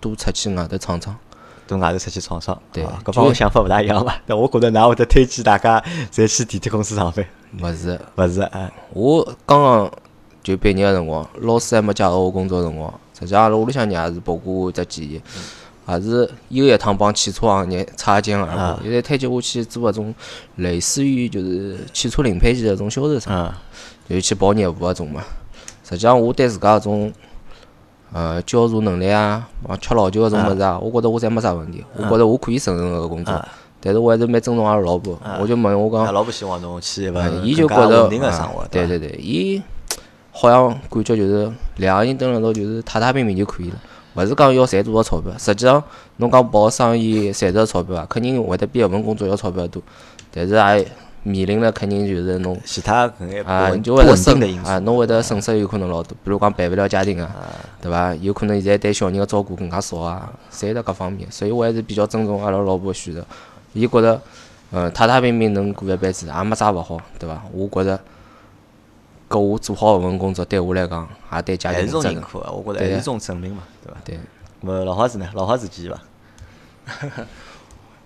S3: 多出去外头闯闯。
S1: 到外头出去闯闯，
S3: 对
S1: 啊搿帮我
S3: 就
S1: 想法勿大一样嘛。但我觉着㑚会得推荐大家侪去地铁公司上班，
S3: 勿是，
S1: 勿是？哎，
S3: 我刚刚就毕业个辰光，老师还没介绍我工作个辰光，实际上阿拉屋里向人也是拨过我一只建议，也是又一趟帮汽车行业擦肩而
S1: 啊
S3: 过。现在推荐我去做搿种类似于就是汽车零配件搿种销售商，
S1: 嗯，
S3: 就去跑业务搿种嘛。实际上我对自家搿种呃交社能力啊，帮吃老酒搿种物事啊，我觉着我侪没啥问题，我觉着我可以胜任搿个工作。但是我还是蛮尊重阿拉老婆，我就问我讲
S1: 阿，啊拉老婆希望侬去一份
S3: 嗯，伊就
S1: 更加
S3: 觉得
S1: 稳定个
S3: 啊
S1: 生活，
S3: 对
S1: 伐
S3: 对对，伊好像感觉就是两个人蹲辣一道就是太太平平就可以了，勿是讲要赚多少钞票。实际上，侬讲跑生意赚多少钞票啊，肯定会得比搿份工作要钞票多，但是也面临了肯定就是侬
S1: 其他搿眼
S3: 啊，
S1: 不
S3: 你
S1: 稳
S3: 就
S1: 不
S3: 会得
S1: 稳定
S3: 损
S1: 的因素
S3: 啊，侬会得损失有可能老多，比如讲办勿了家庭啊，对伐？有可能现在对小人个照顾更加少啊，侪辣各方面，所以我还是比较尊重阿拉老婆个选择。伊觉着，呃，太太平平能过一辈子也没啥勿好，对伐？我觉着，搿我做好搿份工作对我来讲，也对家
S1: 还是
S3: 庭
S1: 种
S3: 责
S1: 认
S3: 任。
S1: 可个，我觉着
S3: 对
S1: 还
S3: 呀
S1: 是种证明嘛，对伐？
S3: 对，
S1: 咾么老花子呢？老花子建议伐？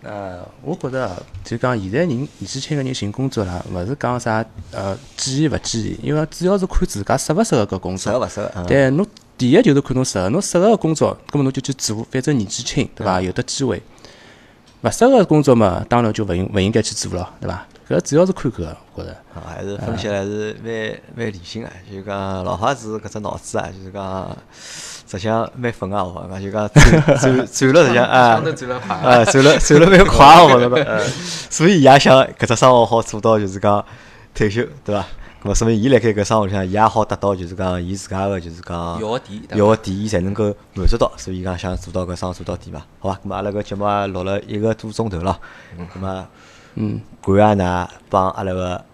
S2: 呃，我觉着啊就讲现在人年纪轻个人寻工作啦，勿是讲啥呃建议勿建议，因为主要是看自家适勿适合搿工
S1: 适
S2: 作。
S1: 合勿适合？嗯
S2: 对，侬第一就是看侬适合，侬适合个工作，葛末侬就去做，反正年纪轻，对
S3: 嗯
S2: 伐？有得机会。勿适合个工作嘛，当然就勿应勿应该去做了，对伐？搿主要是看搿个，我觉着。
S1: 啊，还是分析还是蛮蛮理性啊，就是讲老花子搿只脑子啊，就是讲实际上蛮粉啊，我讲就讲转转转了实际上啊，
S3: 转了快
S1: 啊转了转了蛮快啊，我讲，呃所以伊也想搿只生活好做到就是讲退休，对伐？咾么说明伊辣盖搿生活里向伊也好达到就是讲伊自家个就是讲
S3: 要点对伐
S1: 要个点，伊才能够满足到，所以讲想做到搿生活做到底嘛，好伐？咾么阿拉搿节目也录了一个多钟头啊了，咾么。
S2: 嗯，
S1: 感谢㑚啊帮阿拉个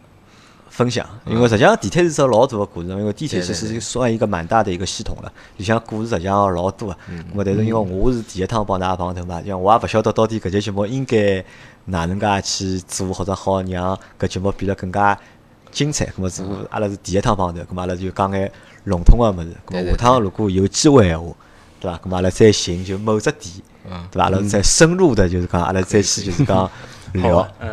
S1: 分享，因为实际上地铁是只老大个故事，因为地铁其实是算一个蛮大的一个系统了，里向故事实际上老多个。
S3: 嗯
S1: 那么但是因为我是第一趟帮大家碰头嘛，因为我也勿晓得到底搿节节目应该哪能介去做，或者好让搿节目变得更加精彩。那么是阿拉是第一趟碰头，那么阿拉就讲眼笼统个物事。那
S3: 嗯
S1: 么
S3: 对对
S1: 下趟如果有机会闲话，对伐？那么阿拉再寻就某只点。
S3: 嗯 啊
S1: 对伐？阿拉再深入的，就是讲，阿拉再去，就是讲聊，
S2: 嗯，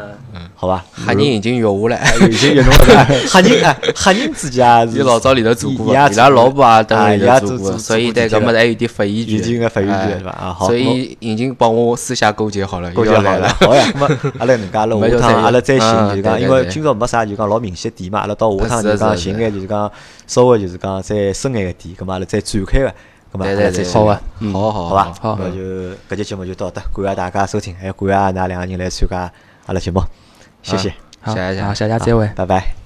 S1: 好吧？
S3: 黑人已经跃下来，
S1: 已经有侬搿个黑人，哎，黑人之间
S3: 伊
S1: 是
S3: 老早里头做过
S1: 伊也
S3: 的，伊拉
S1: 做
S3: 老婆也
S1: 啊
S3: 等
S1: 伊
S3: 里
S1: 也
S3: 头
S1: 做
S3: 过
S1: 做
S3: 的，所以
S1: 做
S3: 对
S1: 过
S3: 搿
S1: 体
S3: 么
S1: 检
S3: 子哎还有点发言
S1: 已
S3: 权，
S1: 经有发言权
S3: 哎
S1: 是吧啊好
S3: 所以已经帮我私下勾结好了，
S1: 够
S3: 又
S1: 就
S3: 要
S1: 好
S3: 来
S1: 了
S3: 了，，
S1: 好 呀。咁啊，阿拉搿能介，阿拉
S3: 没
S1: 下
S3: 有
S1: 趟
S3: 再
S1: 阿拉再寻，
S3: 嗯
S1: 就是讲，
S3: 对
S1: 因
S3: 对
S1: 为
S3: 对
S1: 今朝没啥，就是讲老明显点嘛。阿拉到下趟
S3: 是
S1: 就
S3: 的
S1: 是讲
S3: 是的
S1: 寻眼，就是讲稍微就是讲再深眼一点，咁啊，阿拉再展开个，咁啊，阿
S3: 对
S1: 拉再
S3: 对对，
S1: 去
S2: 好
S1: 聊
S2: 啊嗯
S3: 好好
S1: 好吧？
S2: 好
S1: 那就搿节节目就到这，感谢大家收听，还有感谢㑚两个人来参加阿拉节目，谢谢，啊
S2: 好，
S3: 谢谢谢谢
S2: 好，下家再会
S1: 好。拜拜。